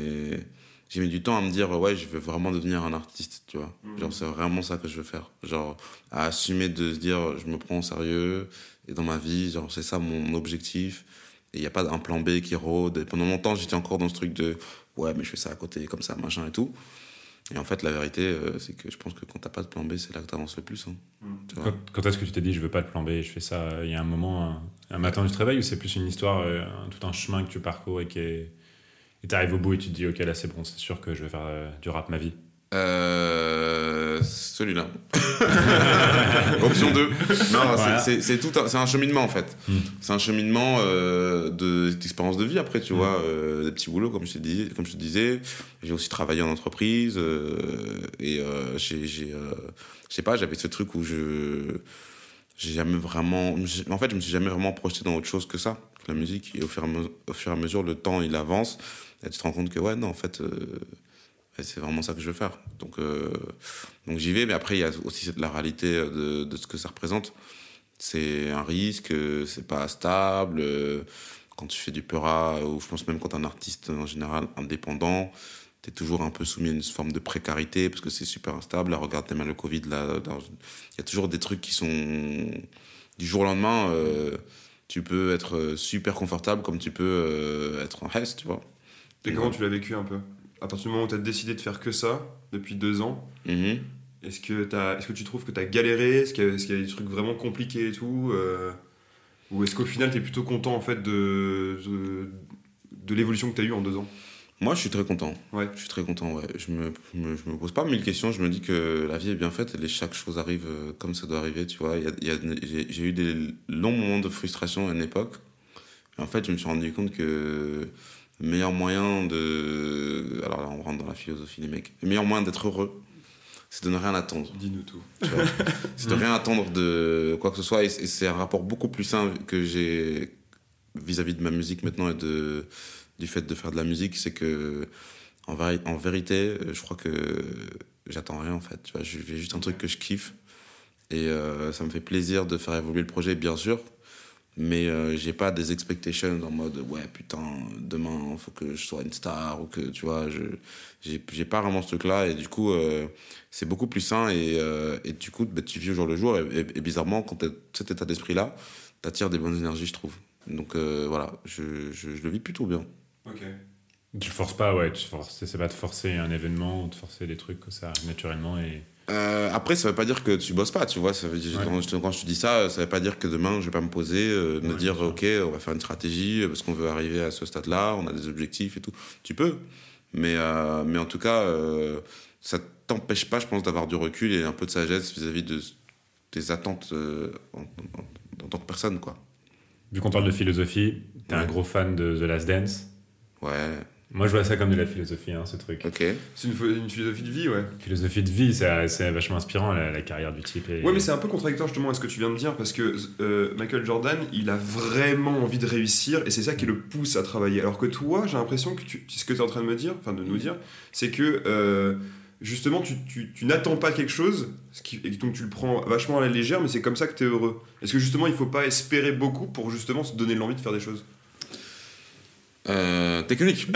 Speaker 2: j'ai mis du temps à me dire, ouais, je veux vraiment devenir un artiste, tu vois.
Speaker 1: Mhm.
Speaker 2: Genre, c'est vraiment ça que je veux faire. Genre, à assumer de se dire, je me prends au sérieux, et dans ma vie, genre, c'est ça mon objectif. Et il n'y a pas un plan B qui rôde. Et pendant longtemps, j'étais encore dans ce truc de, ouais, mais je fais ça à côté, comme ça, machin et tout. Et en fait, la vérité, euh, c'est que je pense que quand t'as pas de plan B, c'est là que t'avances le plus. hein.
Speaker 1: Mm.
Speaker 2: Tu vois.
Speaker 3: Quand, quand est-ce que tu t'es dit je veux pas le plan B, je fais ça euh, Il y a un moment, un, un matin du travail, ou c'est plus une histoire, euh, un- tout un chemin que tu parcours et qui est. Et t'arrives au bout et tu te dis ok là c'est bon, c'est sûr que je vais faire euh, du rap ma vie.
Speaker 2: Euh, celui-là. Option 2. Non,
Speaker 3: Voilà.
Speaker 2: c'est- c'est c'est tout un, c'est un cheminement en fait.
Speaker 3: Mm.
Speaker 2: C'est un cheminement euh, de- d'expérience de vie après, tu vois. euh, des petits boulots, comme je te, dis, comme je te disais. J'ai aussi travaillé en entreprise. euh, et euh, j'ai. j'ai, euh, Je sais pas, j'avais ce truc où je. J'ai jamais vraiment. j'ai- En fait, je me suis jamais vraiment projeté dans autre chose que ça, que la musique. Et au fur et à, me- au fur et à mesure, le temps, il avance. Et tu te rends compte que, ouais, non, en fait. euh, et c'est vraiment ça que je veux faire. Donc, euh, donc j'y vais, mais après, il y a aussi cette- la réalité euh, de, de ce que ça représente. C'est un risque, euh, c'est pas stable. euh, Quand tu fais du peura, ou je pense même quand t'es un artiste en général indépendant, t'es toujours un peu soumis à une forme de précarité parce que c'est super instable. Là, regarde, t'es mal le Covid, là, dans- il y a toujours des trucs qui sont. Du jour au lendemain, euh, tu peux être euh, super confortable comme tu peux euh, être en reste, tu vois.
Speaker 1: Et comment tu l'as vécu un peu À partir du moment où tu as décidé de faire que ça, depuis deux ans,
Speaker 2: Mhm.
Speaker 1: est-ce que, t'as- est-ce que tu trouves que tu as galéré Est-ce qu'il y, a- est-ce qu'il y a des trucs vraiment compliqués et tout euh, Ou est-ce qu'au final, tu es plutôt content en fait de, de, de l'évolution que tu as eue en deux ans
Speaker 2: Moi, je suis très content.
Speaker 1: Ouais.
Speaker 2: Je suis très content, ouais. Je me, je me, je me pose pas mille questions. Je me dis que la vie est bien faite et chaque chose arrive euh, comme ça doit arriver, tu vois. Il y a- il y a- J'ai j'ai eu des longs moments de frustration à une époque. Et en fait, je me suis rendu compte que le meilleur moyen de... Alors là, on rentre dans la philosophie, les mecs. Le meilleur moyen d'être heureux, c'est de ne rien attendre
Speaker 1: Dis-nous tout.
Speaker 2: tu vois. c'est de rien attendre de quoi que ce soit. Et c'est et c'est un rapport beaucoup plus sain que j'ai vis-à-vis de ma musique maintenant et de, du fait de faire de la musique. C'est que, en, vari- en vérité, euh, je crois que j'attends rien en fait. Tu vois, je fais juste un truc que je kiffe. Et euh, ça me fait plaisir de faire évoluer le projet, bien sûr. Mais euh, j'ai pas des expectations en mode ouais, putain, demain, faut que je sois une star ou que tu vois, je j'ai j'ai pas vraiment ce truc-là. Et du coup, euh, c'est beaucoup plus sain et, euh, et du coup bah, tu vis au jour le jour et, et- et bizarrement quand t'as cet état d'esprit là t'attires des bonnes énergies je trouve donc euh, voilà je, je- je le vis plutôt bien
Speaker 1: Ok.
Speaker 3: Tu forces pas, ouais, tu forces. C'est pas de forcer un événement, de forcer des trucs, ça arrive naturellement et.
Speaker 2: Euh, après ça veut pas dire que tu bosses pas tu vois ça veut dire,
Speaker 3: Ouais.
Speaker 2: quand, je, te- quand je te dis ça ça veut pas dire que demain je vais pas me poser euh, me
Speaker 3: Ouais,
Speaker 2: dire
Speaker 3: bien
Speaker 2: ok on va faire une stratégie euh, parce qu'on veut arriver à ce stade là on a des objectifs et tout tu peux mais, euh, mais en tout cas euh, ça t'empêche pas je pense d'avoir du recul et un peu de sagesse vis-à-vis de tes attentes euh, en, en- en tant que personne quoi
Speaker 3: Vu qu'on parle de philosophie, t'es un
Speaker 2: Ouais.
Speaker 3: gros fan de The Last Dance.
Speaker 2: ouais
Speaker 3: Moi je vois ça comme de la philosophie, hein, ce truc.
Speaker 2: Ok.
Speaker 1: C'est une, pho- une philosophie de vie, ouais.
Speaker 3: Philosophie de vie, ça- c'est vachement inspirant la, la carrière du type. Et...
Speaker 1: Ouais, mais c'est un peu contradictoire justement à ce que tu viens de dire parce que euh, Michael Jordan, il a vraiment envie de réussir et c'est ça qui le pousse à travailler. Alors que toi, j'ai l'impression que tu, ce que tu es en train de me dire, enfin de nous dire, c'est que euh, justement tu, tu- tu n'attends pas quelque chose ce qui, et donc tu le prends vachement à la légère, mais c'est comme ça que tu es heureux. Est-ce que justement il faut pas espérer beaucoup pour justement se donner l'envie de faire des choses
Speaker 2: Euh, technique.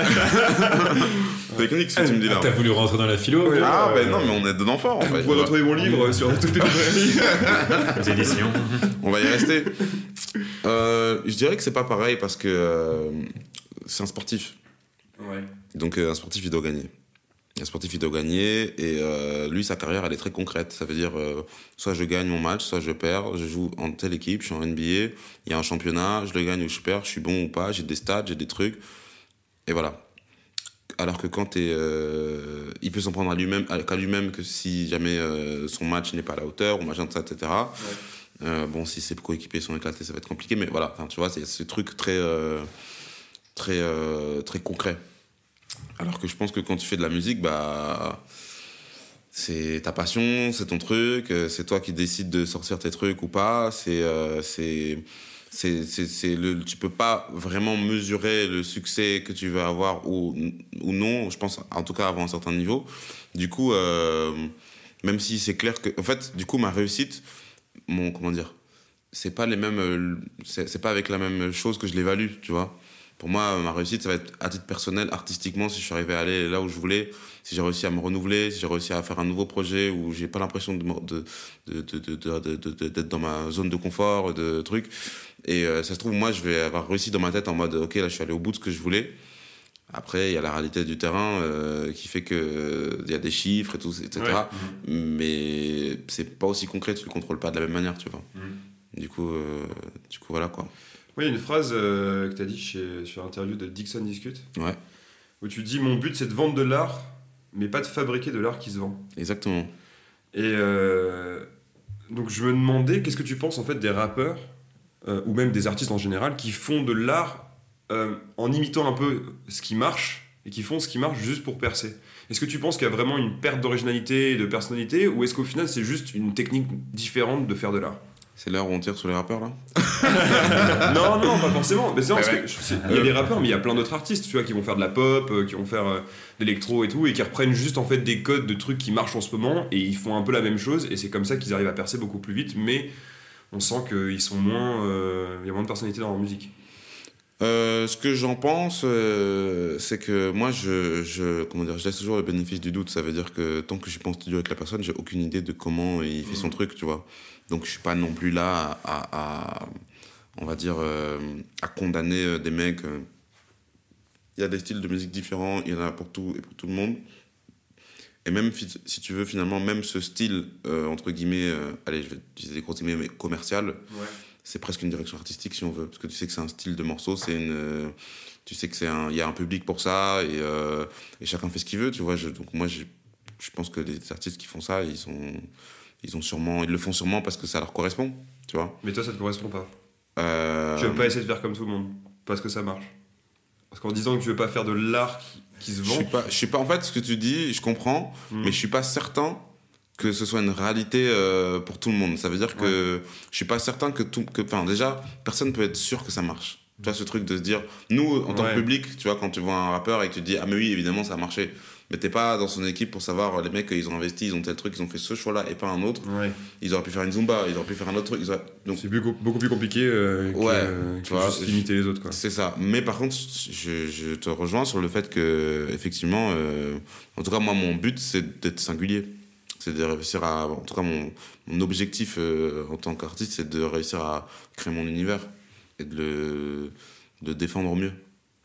Speaker 2: technique, ce que tu me dis là.
Speaker 3: Ah, T'as voulu rentrer dans la philo
Speaker 1: Ouais.
Speaker 2: Ah,
Speaker 1: Euh,
Speaker 2: ben non, mais on est dedans fort en
Speaker 1: Vous
Speaker 2: fait.
Speaker 1: pouvez retrouver mon livre euh, sur toutes les librairies. Ah.
Speaker 3: les éditions.
Speaker 2: On va y rester. Euh, je dirais que c'est pas pareil parce que euh, c'est un sportif.
Speaker 1: Ouais.
Speaker 2: Donc euh, un sportif, il doit gagner. Un sportif, il doit gagner. Et euh, lui, sa carrière, elle est très concrète. Ça veut dire, euh, soit je gagne mon match, soit je perds. Je joue en telle équipe, je suis en NBA. Il y a un championnat, je le gagne ou je perds. Je suis bon ou pas. J'ai des stats, j'ai des trucs. Et voilà. Alors que quand t'es, euh, il peut s'en prendre à lui-même, à- qu'à lui-même que si jamais euh, son match n'est pas à la hauteur ou machin de ça, etc. Euh, bon, si ses coéquipiers sont éclatés, ça va être compliqué. Mais voilà, Enfin, tu vois, c'est ce truc très, euh, très, euh, très concret. Alors que je pense que quand tu fais de la musique, bah, c'est ta passion, c'est ton truc, euh, c'est toi qui décides de sortir tes trucs ou pas. C'est, euh, c'est, c'est, c'est, c'est le, tu peux pas vraiment mesurer le succès que tu vas avoir ou, ou non, je pense, en tout cas avant un certain niveau. Du coup, euh, même si c'est clair que. En fait, du coup, ma réussite, mon. Comment dire C'est pas les mêmes. euh, C'est c'est pas avec la même chose que je l'évalue, tu vois. Pour moi, ma réussite, ça va être à titre personnel, artistiquement, si je suis arrivé à aller là où je voulais, si j'ai réussi à me renouveler, si j'ai réussi à faire un nouveau projet où j'ai pas l'impression de me- de- de- de- de- de- de- de- d'être dans ma zone de confort, de trucs. Et euh, ça se trouve, moi, je vais avoir réussi dans ma tête en mode, ok, là, je suis allé au bout de ce que je voulais. Après, il y a la réalité du terrain euh, qui fait que euh, il y a des chiffres et tout, etc. Mais c'est pas aussi concret, tu le contrôles pas de la même manière, tu vois. Du coup, euh, du coup, voilà quoi.
Speaker 1: Oui, il y a une phrase euh, que tu as dit chez, sur l'interview de Dixon Discute.
Speaker 2: Ouais.
Speaker 1: Où tu dis Mon but, c'est de vendre de l'art, mais pas de fabriquer de l'art qui se vend.
Speaker 2: Exactement.
Speaker 1: Et euh, donc, je me demandais Qu'est-ce que tu penses en fait des rappeurs, euh, ou même des artistes en général, qui font de l'art euh, en imitant un peu ce qui marche, et qui font ce qui marche juste pour percer Est-ce que tu penses qu'il y a vraiment une perte d'originalité et de personnalité, ou est-ce qu'au final, c'est juste une technique différente de faire de l'art
Speaker 2: C'est l'heure où on tire sur les rappeurs là
Speaker 1: non, non, pas forcément. Mais c'est vrai,
Speaker 2: Ouais,
Speaker 1: parce que je- c'est- il y a des rappeurs, mais il y a plein d'autres artistes, tu vois, qui vont faire de la pop, euh, qui vont faire euh, de l'électro et tout, et qui reprennent juste en fait des codes de trucs qui marchent en ce moment, et ils font un peu la même chose, et c'est comme ça qu'ils arrivent à percer beaucoup plus vite, mais on sent qu'ils sont moins. euh, Il y a moins de personnalité dans leur musique.
Speaker 2: Euh, ce que j'en pense, euh, c'est que moi, je, je, comment dire, je laisse toujours le bénéfice du doute. Ça veut dire que tant que je suis pas en studio avec la personne, j'ai aucune idée de comment il fait son truc, tu vois. Donc, je suis pas non plus là à, à- à- on va dire, euh, à condamner euh, des mecs. euh. Il y a des styles de musique différents, il y en a pour tout et pour tout le monde. Et même fi- si tu veux, finalement, même ce style, euh, entre guillemets, euh, allez, je vais utiliser des gros guillemets, mais commercial, c'est presque une direction artistique si on veut parce que tu sais que c'est un style de morceau c'est une euh, tu sais que c'est un il y a un public pour ça et, euh, et chacun fait ce qu'il veut tu vois je, donc moi j'ai- je pense que les artistes qui font ça ils sont ils ont sûrement ils le font sûrement parce que ça leur correspond tu vois
Speaker 1: Mais toi, ça te correspond pas.
Speaker 2: Euh,
Speaker 1: Tu veux pas essayer de faire comme tout le monde, parce que ça marche. Parce qu'en disant que tu veux pas faire de l'art qui, qui se
Speaker 2: je suis
Speaker 1: vend.
Speaker 2: pas je suis pas en fait ce que tu dis je comprends
Speaker 1: hmm.
Speaker 2: mais je suis pas certain que ce soit une réalité euh, pour tout le monde. Ça veut dire que je suis pas certain que tout. que- Enfin, déjà, personne peut être sûr que ça marche. Tu vois, ce truc de se dire, nous, en tant
Speaker 1: Ouais.
Speaker 2: que public, tu vois, quand tu vois un rappeur et que tu te dis, ah, mais oui, évidemment, ça a marché. Mais t'es pas dans son équipe pour savoir, les mecs, ils ont investi, ils ont tel truc, ils ont fait ce choix-là et pas un autre.
Speaker 1: Ouais.
Speaker 2: Ils auraient pu faire une Zumba, ils auraient pu faire un autre truc. ils auraient- Donc,
Speaker 1: C'est plus co- beaucoup plus compliqué euh, que,
Speaker 2: Ouais,
Speaker 1: euh,
Speaker 2: tu
Speaker 1: que
Speaker 2: vois,
Speaker 1: juste
Speaker 2: je-
Speaker 1: imiter les autres, quoi.
Speaker 2: C'est ça. Mais par contre, je, je te rejoins sur le fait que, effectivement, euh, en tout cas, moi, mon but, c'est d'être singulier. C'est de réussir à. En tout cas, mon, mon objectif euh, en tant qu'artiste, c'est de réussir à créer mon univers et de le, de le défendre au mieux.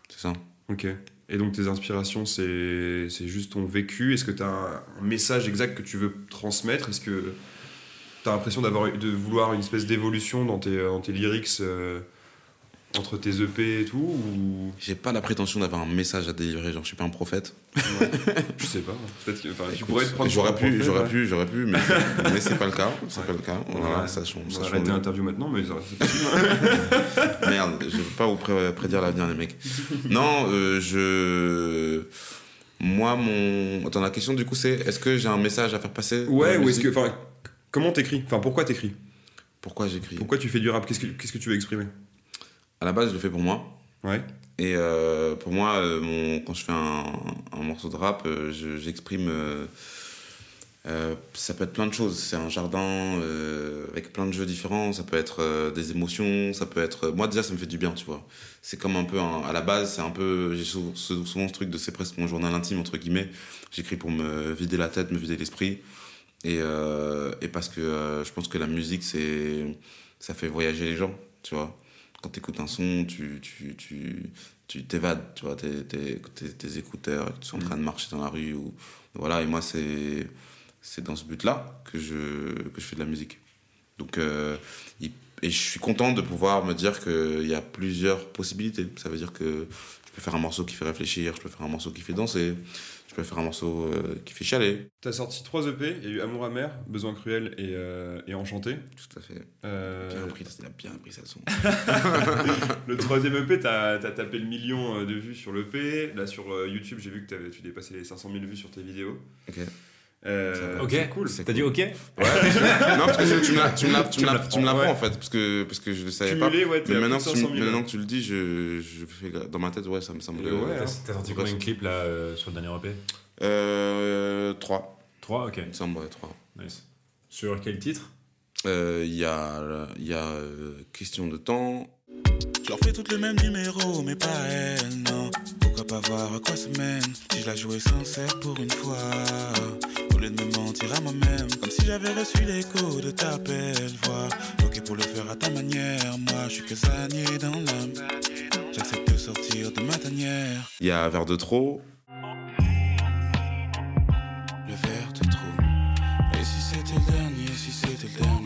Speaker 2: C'est ça.
Speaker 1: Ok. Et donc tes inspirations, c'est c'est juste ton vécu. Est-ce que tu as un un message exact que tu veux transmettre Est-ce que tu as l'impression d'avoir de vouloir une espèce d'évolution dans tes, dans tes lyrics euh, entre tes EP et tout ou...
Speaker 2: J'ai pas la prétention d'avoir un message à délivrer, genre, je suis pas un prophète.
Speaker 1: Je sais pas. Peut-être que- enfin, tu
Speaker 2: Écoute,
Speaker 1: pourrais te prendre
Speaker 2: J'aurais
Speaker 1: pour un
Speaker 2: pu,
Speaker 1: prophète,
Speaker 2: j'aurais
Speaker 1: ouais.
Speaker 2: pu, j'aurais pu, mais, mais c'est pas le cas. C'est pas le cas. Voilà,
Speaker 1: Ouais.
Speaker 2: sachons.
Speaker 1: On va
Speaker 2: sachons-
Speaker 1: arrêter l'interview maintenant, mais ça- ça-
Speaker 2: Merde, je veux pas vous pré- prédire l'avenir, les mecs. Non, euh, je. Moi, mon. Attends, la question du coup, c'est est-ce que j'ai un message à faire passer dans
Speaker 1: ouais.
Speaker 2: la
Speaker 1: Ou est-ce
Speaker 2: musique
Speaker 1: que, enfin, comment t'écris Enfin, pourquoi t'écris
Speaker 2: Pourquoi j'écris
Speaker 1: Pourquoi tu fais du rap Qu'est-ce que qu'est-ce que tu veux exprimer
Speaker 2: À la base, je le fais pour moi.
Speaker 1: Ouais.
Speaker 2: Et euh, pour moi, euh, mon- quand je fais un, un morceau de rap, euh, je- j'exprime. euh, euh, ça peut être plein de choses. C'est un jardin euh, avec plein de jeux différents. Ça peut être euh, des émotions. Ça peut être. euh, Moi, déjà, ça me fait du bien, tu vois. C'est comme un peu. un- à la base, c'est un peu. J'ai sou- sou- souvent ce truc de c'est presque mon journal intime, entre guillemets. J'écris pour me vider la tête, me vider l'esprit. Et, euh, et parce que euh, je pense que la musique, c'est. Ça fait voyager les gens, tu vois. Quand t'écoutes un son, tu- tu, tu, tu t'évades, tu vois, tes, tes, tes, tes écouteurs, et que tu es en train de marcher dans la rue. Ou, voilà, et moi, c'est, c'est dans ce but-là que je, que je fais de la musique. Donc, euh, il- et je suis content de pouvoir me dire qu'il y a plusieurs possibilités. Ça veut dire que je peux faire un morceau qui fait réfléchir, je peux faire un morceau qui fait danser, je peux faire un morceau euh, qui fait chialer.
Speaker 1: T'as sorti trois EP. Il y a eu Amour amer, Besoin cruel et, euh, et Enchanté.
Speaker 2: Tout à fait.
Speaker 1: Euh,
Speaker 2: Bien appris, c'est la bien appris, ça son.
Speaker 1: Le troisième EP, t'as as tapé le million euh, de vues sur l'EP. Là, sur euh, YouTube, j'ai vu que t'avais- tu dépassais les 500 000 vues sur tes vidéos.
Speaker 2: Ok.
Speaker 1: Euh,
Speaker 3: Ok.
Speaker 1: c'est cool.
Speaker 2: C'est
Speaker 3: T'as dit
Speaker 2: cool.
Speaker 3: ok
Speaker 2: Ouais. non, parce que tu me l'as- tu me l'as- tu me l'as- tu me l'apprends
Speaker 1: Ouais.
Speaker 2: en fait, parce que, parce que je le savais pas.
Speaker 1: Cumulé, ouais, t'es
Speaker 2: Mais
Speaker 1: à plus de
Speaker 2: maintenant que, tu,
Speaker 1: 500
Speaker 2: me-
Speaker 1: 000.
Speaker 2: maintenant que tu le dis, je, je fais gra- dans ma tête, ouais, ça me semble.
Speaker 1: Ouais,
Speaker 2: euh,
Speaker 1: hein.
Speaker 3: T'as t'as sorti combien de clips là euh, sur le dernier EP
Speaker 2: Euh, 3.
Speaker 3: 3 Ok.
Speaker 2: Il me semble, ouais, 3.
Speaker 3: Nice. Sur quel titre
Speaker 2: Euh, Il y a, euh, il y a euh, Question de temps.
Speaker 4: Je leur fais toutes les mêmes numéros, mais pas elle, non. Pourquoi pas voir à quoi ça mène Si je la jouais sincère pour une fois, au lieu de me mentir à moi-même, comme si j'avais reçu l'écho de ta belle voix. Ok pour le faire à ta manière, moi je suis que saigné dans l'âme. J'accepte de sortir de ma tanière.
Speaker 2: Il y a Vers de trop.
Speaker 4: Le verre de trop. Et si c'était le dernier, si c'était le dernier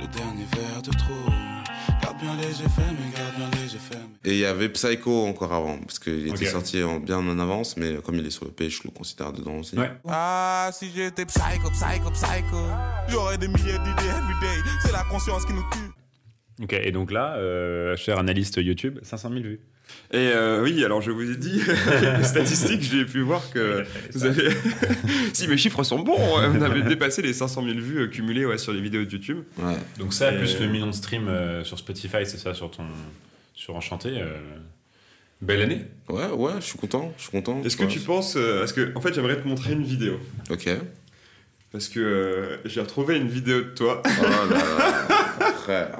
Speaker 4: Le dernier verre de trop. Garde bien les yeux fermés, garde bien les yeux fermés.
Speaker 2: Et il y avait Psycho encore avant, parce qu'il était
Speaker 3: Ok.
Speaker 2: sorti en, bien en avance, mais comme il est sur le P, je le considère dedans aussi.
Speaker 3: Ouais.
Speaker 4: Ah, si j'étais psycho, psycho, psycho, j'aurais des milliers d'idées everyday. C'est la conscience qui nous tue.
Speaker 3: Ok, et donc là, euh, cher analyste YouTube, 500 000 vues.
Speaker 1: Et euh, oui, alors je vous ai dit, les statistiques, j'ai pu voir
Speaker 3: Euh,
Speaker 1: que vous avez... si mes chiffres sont bons, ouais, on avait dépassé les 500 000 vues euh, cumulées ouais, sur les vidéos de YouTube.
Speaker 2: Ouais.
Speaker 3: Donc ça,
Speaker 1: Et-
Speaker 3: plus le million de streams euh, sur Spotify, c'est ça, sur ton, sur Enchanté. euh, Belle année.
Speaker 2: Ouais, ouais, je suis content, je suis content.
Speaker 1: Est-ce que
Speaker 2: vois.
Speaker 1: tu penses... euh, parce que, en fait, j'aimerais te montrer une vidéo.
Speaker 2: Ok.
Speaker 1: Parce que euh, j'ai retrouvé une vidéo de toi.
Speaker 2: Oh là là, frère.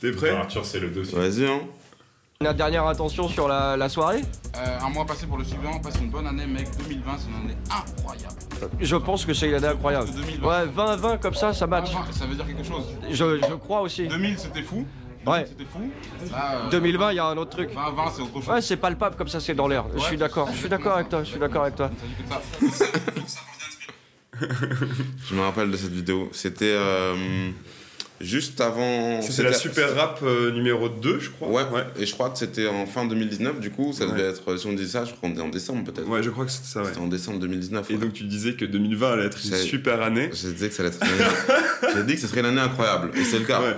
Speaker 1: T'es prêt
Speaker 2: Bah,
Speaker 3: Arthur, c'est le dossier.
Speaker 2: Vas-y, hein.
Speaker 5: Notre dernière attention sur la, la soirée
Speaker 6: Euh, un mois passé pour le suivant, on passe une bonne année, mec. 2020, c'est une année incroyable.
Speaker 5: Je pense que c'est une année incroyable. Ouais, 20-20 comme ça, ça match.
Speaker 6: 2020, Ah, ça veut dire quelque chose.
Speaker 5: Je, je crois aussi.
Speaker 6: 2000, c'était fou. 2000,
Speaker 5: Ouais.
Speaker 6: C'était fou. Là, euh,
Speaker 5: 2020, il y a un autre truc.
Speaker 6: 2020, c'est autre chose.
Speaker 5: Ouais, c'est palpable comme ça, c'est dans l'air. Je suis d'accord, je suis d'accord avec toi, je suis d'accord avec toi.
Speaker 6: Il ne s'agit que de ça.
Speaker 2: Je me rappelle de cette vidéo. C'était euh, juste avant.
Speaker 1: C'est la
Speaker 2: c'était-
Speaker 1: super rap euh, numéro 2, je crois.
Speaker 2: Ouais, et je crois que c'était en fin 2019, du coup, ça devait
Speaker 1: Ouais.
Speaker 2: être, si on dit ça, je crois qu'on est en décembre peut-être.
Speaker 1: Ouais, je crois que c'était ça, ouais.
Speaker 2: C'était en décembre 2019.
Speaker 1: Et
Speaker 2: ouais.
Speaker 1: donc tu disais que 2020 allait être une
Speaker 2: C'est-
Speaker 1: super année.
Speaker 2: Je disais que ça allait être une année- J'ai dit que ce serait une année incroyable, et c'est le cas.
Speaker 1: Ouais.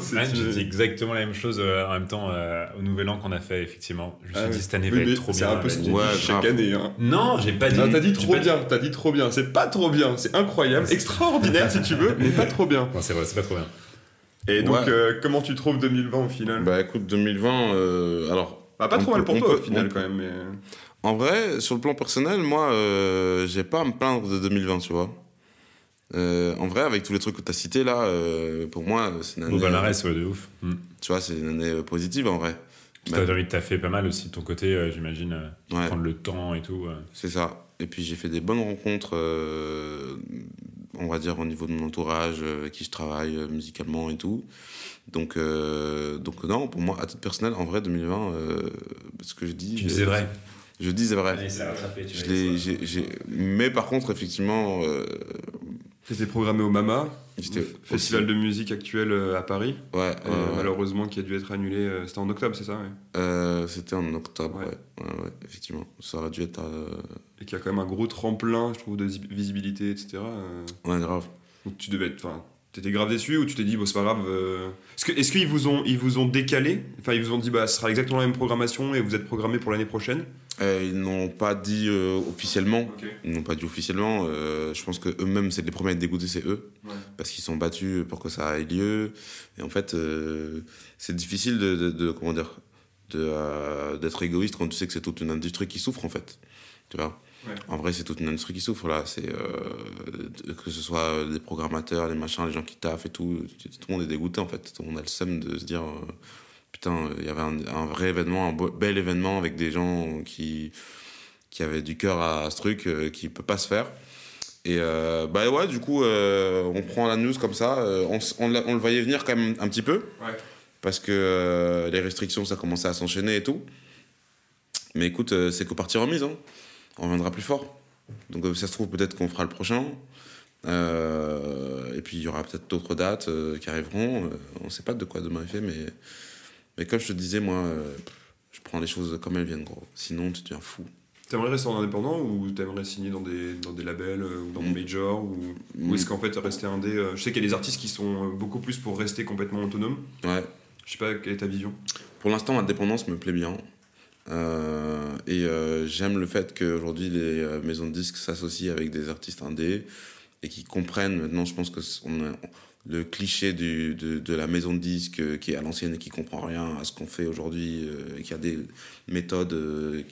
Speaker 1: C'est
Speaker 3: Ouais,
Speaker 1: une-
Speaker 3: j'ai dit exactement la même chose euh, en même temps euh, au Nouvel An qu'on a fait, effectivement. Je me suis
Speaker 1: Ah ouais.
Speaker 3: dit, cette année
Speaker 1: Oui,
Speaker 3: va
Speaker 1: mais
Speaker 3: être trop
Speaker 1: C'est
Speaker 3: bien.
Speaker 1: un peu
Speaker 3: elle
Speaker 1: ce
Speaker 3: va
Speaker 1: qu'on
Speaker 3: être-
Speaker 2: Ouais,
Speaker 1: dit chaque
Speaker 2: grave.
Speaker 1: année. hein.
Speaker 3: Non, j'ai pas dit.
Speaker 1: Non, t'as dit
Speaker 3: j'ai
Speaker 1: trop
Speaker 3: pas
Speaker 1: bien, t'as dit trop bien. C'est pas trop bien, c'est incroyable, extraordinaire si tu veux, mais pas trop bien.
Speaker 3: Non, c'est vrai, c'est pas trop bien.
Speaker 1: Et donc,
Speaker 2: Ouais.
Speaker 1: euh, comment tu trouves 2020 au final
Speaker 2: Bah écoute, 2020, euh, alors.
Speaker 1: Bah, Pas
Speaker 2: on
Speaker 1: trop mal
Speaker 2: peut-
Speaker 1: pour
Speaker 2: on
Speaker 1: toi
Speaker 2: peut-
Speaker 1: au final
Speaker 2: on peut-
Speaker 1: quand même. mais-
Speaker 2: En vrai, sur le plan personnel, moi, euh, j'ai pas à me plaindre de 2020, tu vois. Euh, en vrai, avec tous les trucs que t'as cités là, euh, pour moi, c'est une année.
Speaker 3: Au
Speaker 1: bah,
Speaker 3: Balmarès, ouais, de ouf. Mm.
Speaker 2: tu vois, c'est une année euh, positive en vrai.
Speaker 3: Puis T'as envie de taffer pas mal aussi de ton côté, euh, j'imagine, euh,
Speaker 2: Ouais.
Speaker 3: prendre le temps et tout. euh.
Speaker 2: C'est ça. Et puis j'ai fait des bonnes rencontres, euh, on va dire, au niveau de mon entourage, euh, avec qui je travaille euh, musicalement et tout. Donc, euh, donc non, pour moi, à titre personnel, en vrai, 2020, euh, ce que je dis...
Speaker 3: Tu disais vrai.
Speaker 2: Je dis, c'est vrai. Je l'ai-
Speaker 3: J'ai
Speaker 2: j'ai- j'ai- Mais par contre, effectivement, euh,
Speaker 1: T'étais programmé au MAMA,
Speaker 2: j'étais...
Speaker 1: festival de musique actuelle euh, à Paris,
Speaker 2: Ouais, ouais,
Speaker 1: euh,
Speaker 2: ouais.
Speaker 1: malheureusement qui a dû être annulé. euh, C'était en octobre, c'est ça ouais.
Speaker 2: Euh, c'était en octobre,
Speaker 1: Ouais.
Speaker 2: ouais. Ouais, ouais, effectivement. Ça aurait dû être... euh,
Speaker 1: Et qui a quand même un gros tremplin, je trouve, de vis- visibilité, etc. euh,
Speaker 2: Ouais, grave.
Speaker 1: Donc tu devais être. Enfin, t'étais grave déçu ou tu t'es dit, bon, c'est pas grave. euh, Est-ce que- est-ce qu'ils vous, ont- ils vous ont décalé Enfin, ils vous ont dit, bah, ce sera exactement la même programmation et vous êtes programmé pour l'année prochaine
Speaker 2: Euh, ils n'ont pas dit euh, officiellement,
Speaker 1: Ok.
Speaker 2: Ils n'ont pas dit officiellement. euh, je pense que eux-mêmes, c'est les premiers à être dégoûtés, c'est eux,
Speaker 1: Ouais.
Speaker 2: parce qu'ils sont battus pour que ça ait lieu. Et en fait, euh, c'est difficile de, de- de- comment dire, de, euh, d'être égoïste quand tu sais que c'est toute une industrie qui souffre en fait. Tu vois.
Speaker 1: Ouais.
Speaker 2: En vrai, c'est toute une industrie qui souffre là. C'est euh, que ce soit des programmateurs, les machins, les gens qui taffent et tout. Tout le monde est dégoûté en fait. Tout le monde a le seum de se dire. euh, Putain, il y avait un, un vrai événement, un beau- bel événement avec des gens qui, qui avait du cœur à, ce truc euh, qui peut pas se faire. Et euh, bah ouais, du coup, euh, on prend la news comme ça. euh, on, s- on l'a- on le voyait venir quand même un petit peu.
Speaker 1: Ouais.
Speaker 2: Parce que euh, les restrictions, ça commençait à s'enchaîner et tout. Mais écoute, euh, c'est qu'au parti remise. Hein. On viendra plus fort. Donc euh, ça se trouve, peut-être qu'on fera le prochain. Euh, et puis il y aura peut-être d'autres dates euh, qui arriveront. Euh, on sait pas de quoi demain est fait, mais, mais comme je te disais, moi, euh, je prends les choses comme elles viennent, gros. Sinon, tu deviens fou.
Speaker 1: T'aimerais rester en indépendant ou t'aimerais signer dans des, dans des labels euh, ou dans des
Speaker 2: Mm.
Speaker 1: majors ou, ou est-ce qu'en fait rester indé euh, Je sais qu'il y a des artistes qui sont euh, beaucoup plus pour rester complètement autonome.
Speaker 2: Ouais.
Speaker 1: Je sais pas quelle est ta vision.
Speaker 2: Pour l'instant, l'indépendance me plaît bien. Euh, et euh, j'aime le fait qu'aujourd'hui les euh, maisons de disques s'associent avec des artistes indés et qui comprennent maintenant, je pense que c- on a- le cliché du- de, de la maison de disques euh, qui est à l'ancienne et qui comprend rien à ce qu'on fait aujourd'hui euh, et qui a des méthodes euh,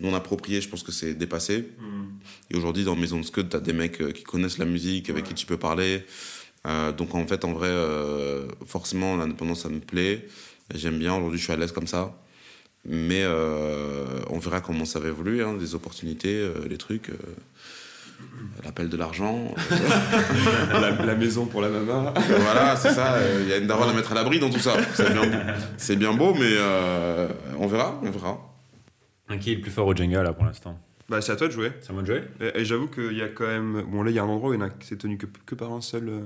Speaker 2: non appropriées, je pense que c'est dépassé.
Speaker 1: Hmm.
Speaker 2: Et aujourd'hui, dans Maison de Scud, t'as des mecs euh, qui connaissent la musique, avec qui tu peux parler. Euh, donc en fait, en vrai, euh, forcément, l'indépendance, ça me plaît. J'aime bien, aujourd'hui, je suis à l'aise comme ça. Mais euh, on verra comment ça va évoluer, hein, les opportunités, euh, les trucs, euh, l'appel de l'argent.
Speaker 1: la, la maison pour la maman.
Speaker 2: voilà, c'est ça. euh, Il y a une daronne à mettre à l'abri dans tout ça. C'est bien, beau- c'est bien beau, mais euh, on verra, on verra.
Speaker 3: Qui est le plus fort au Jenga là pour l'instant
Speaker 1: Bah, c'est à toi de jouer.
Speaker 3: C'est à moi de jouer
Speaker 1: Et, et j'avoue qu'il y a quand même. Bon, là, il y a un endroit où il y en a qui s'est tenu que, que par un seul. euh,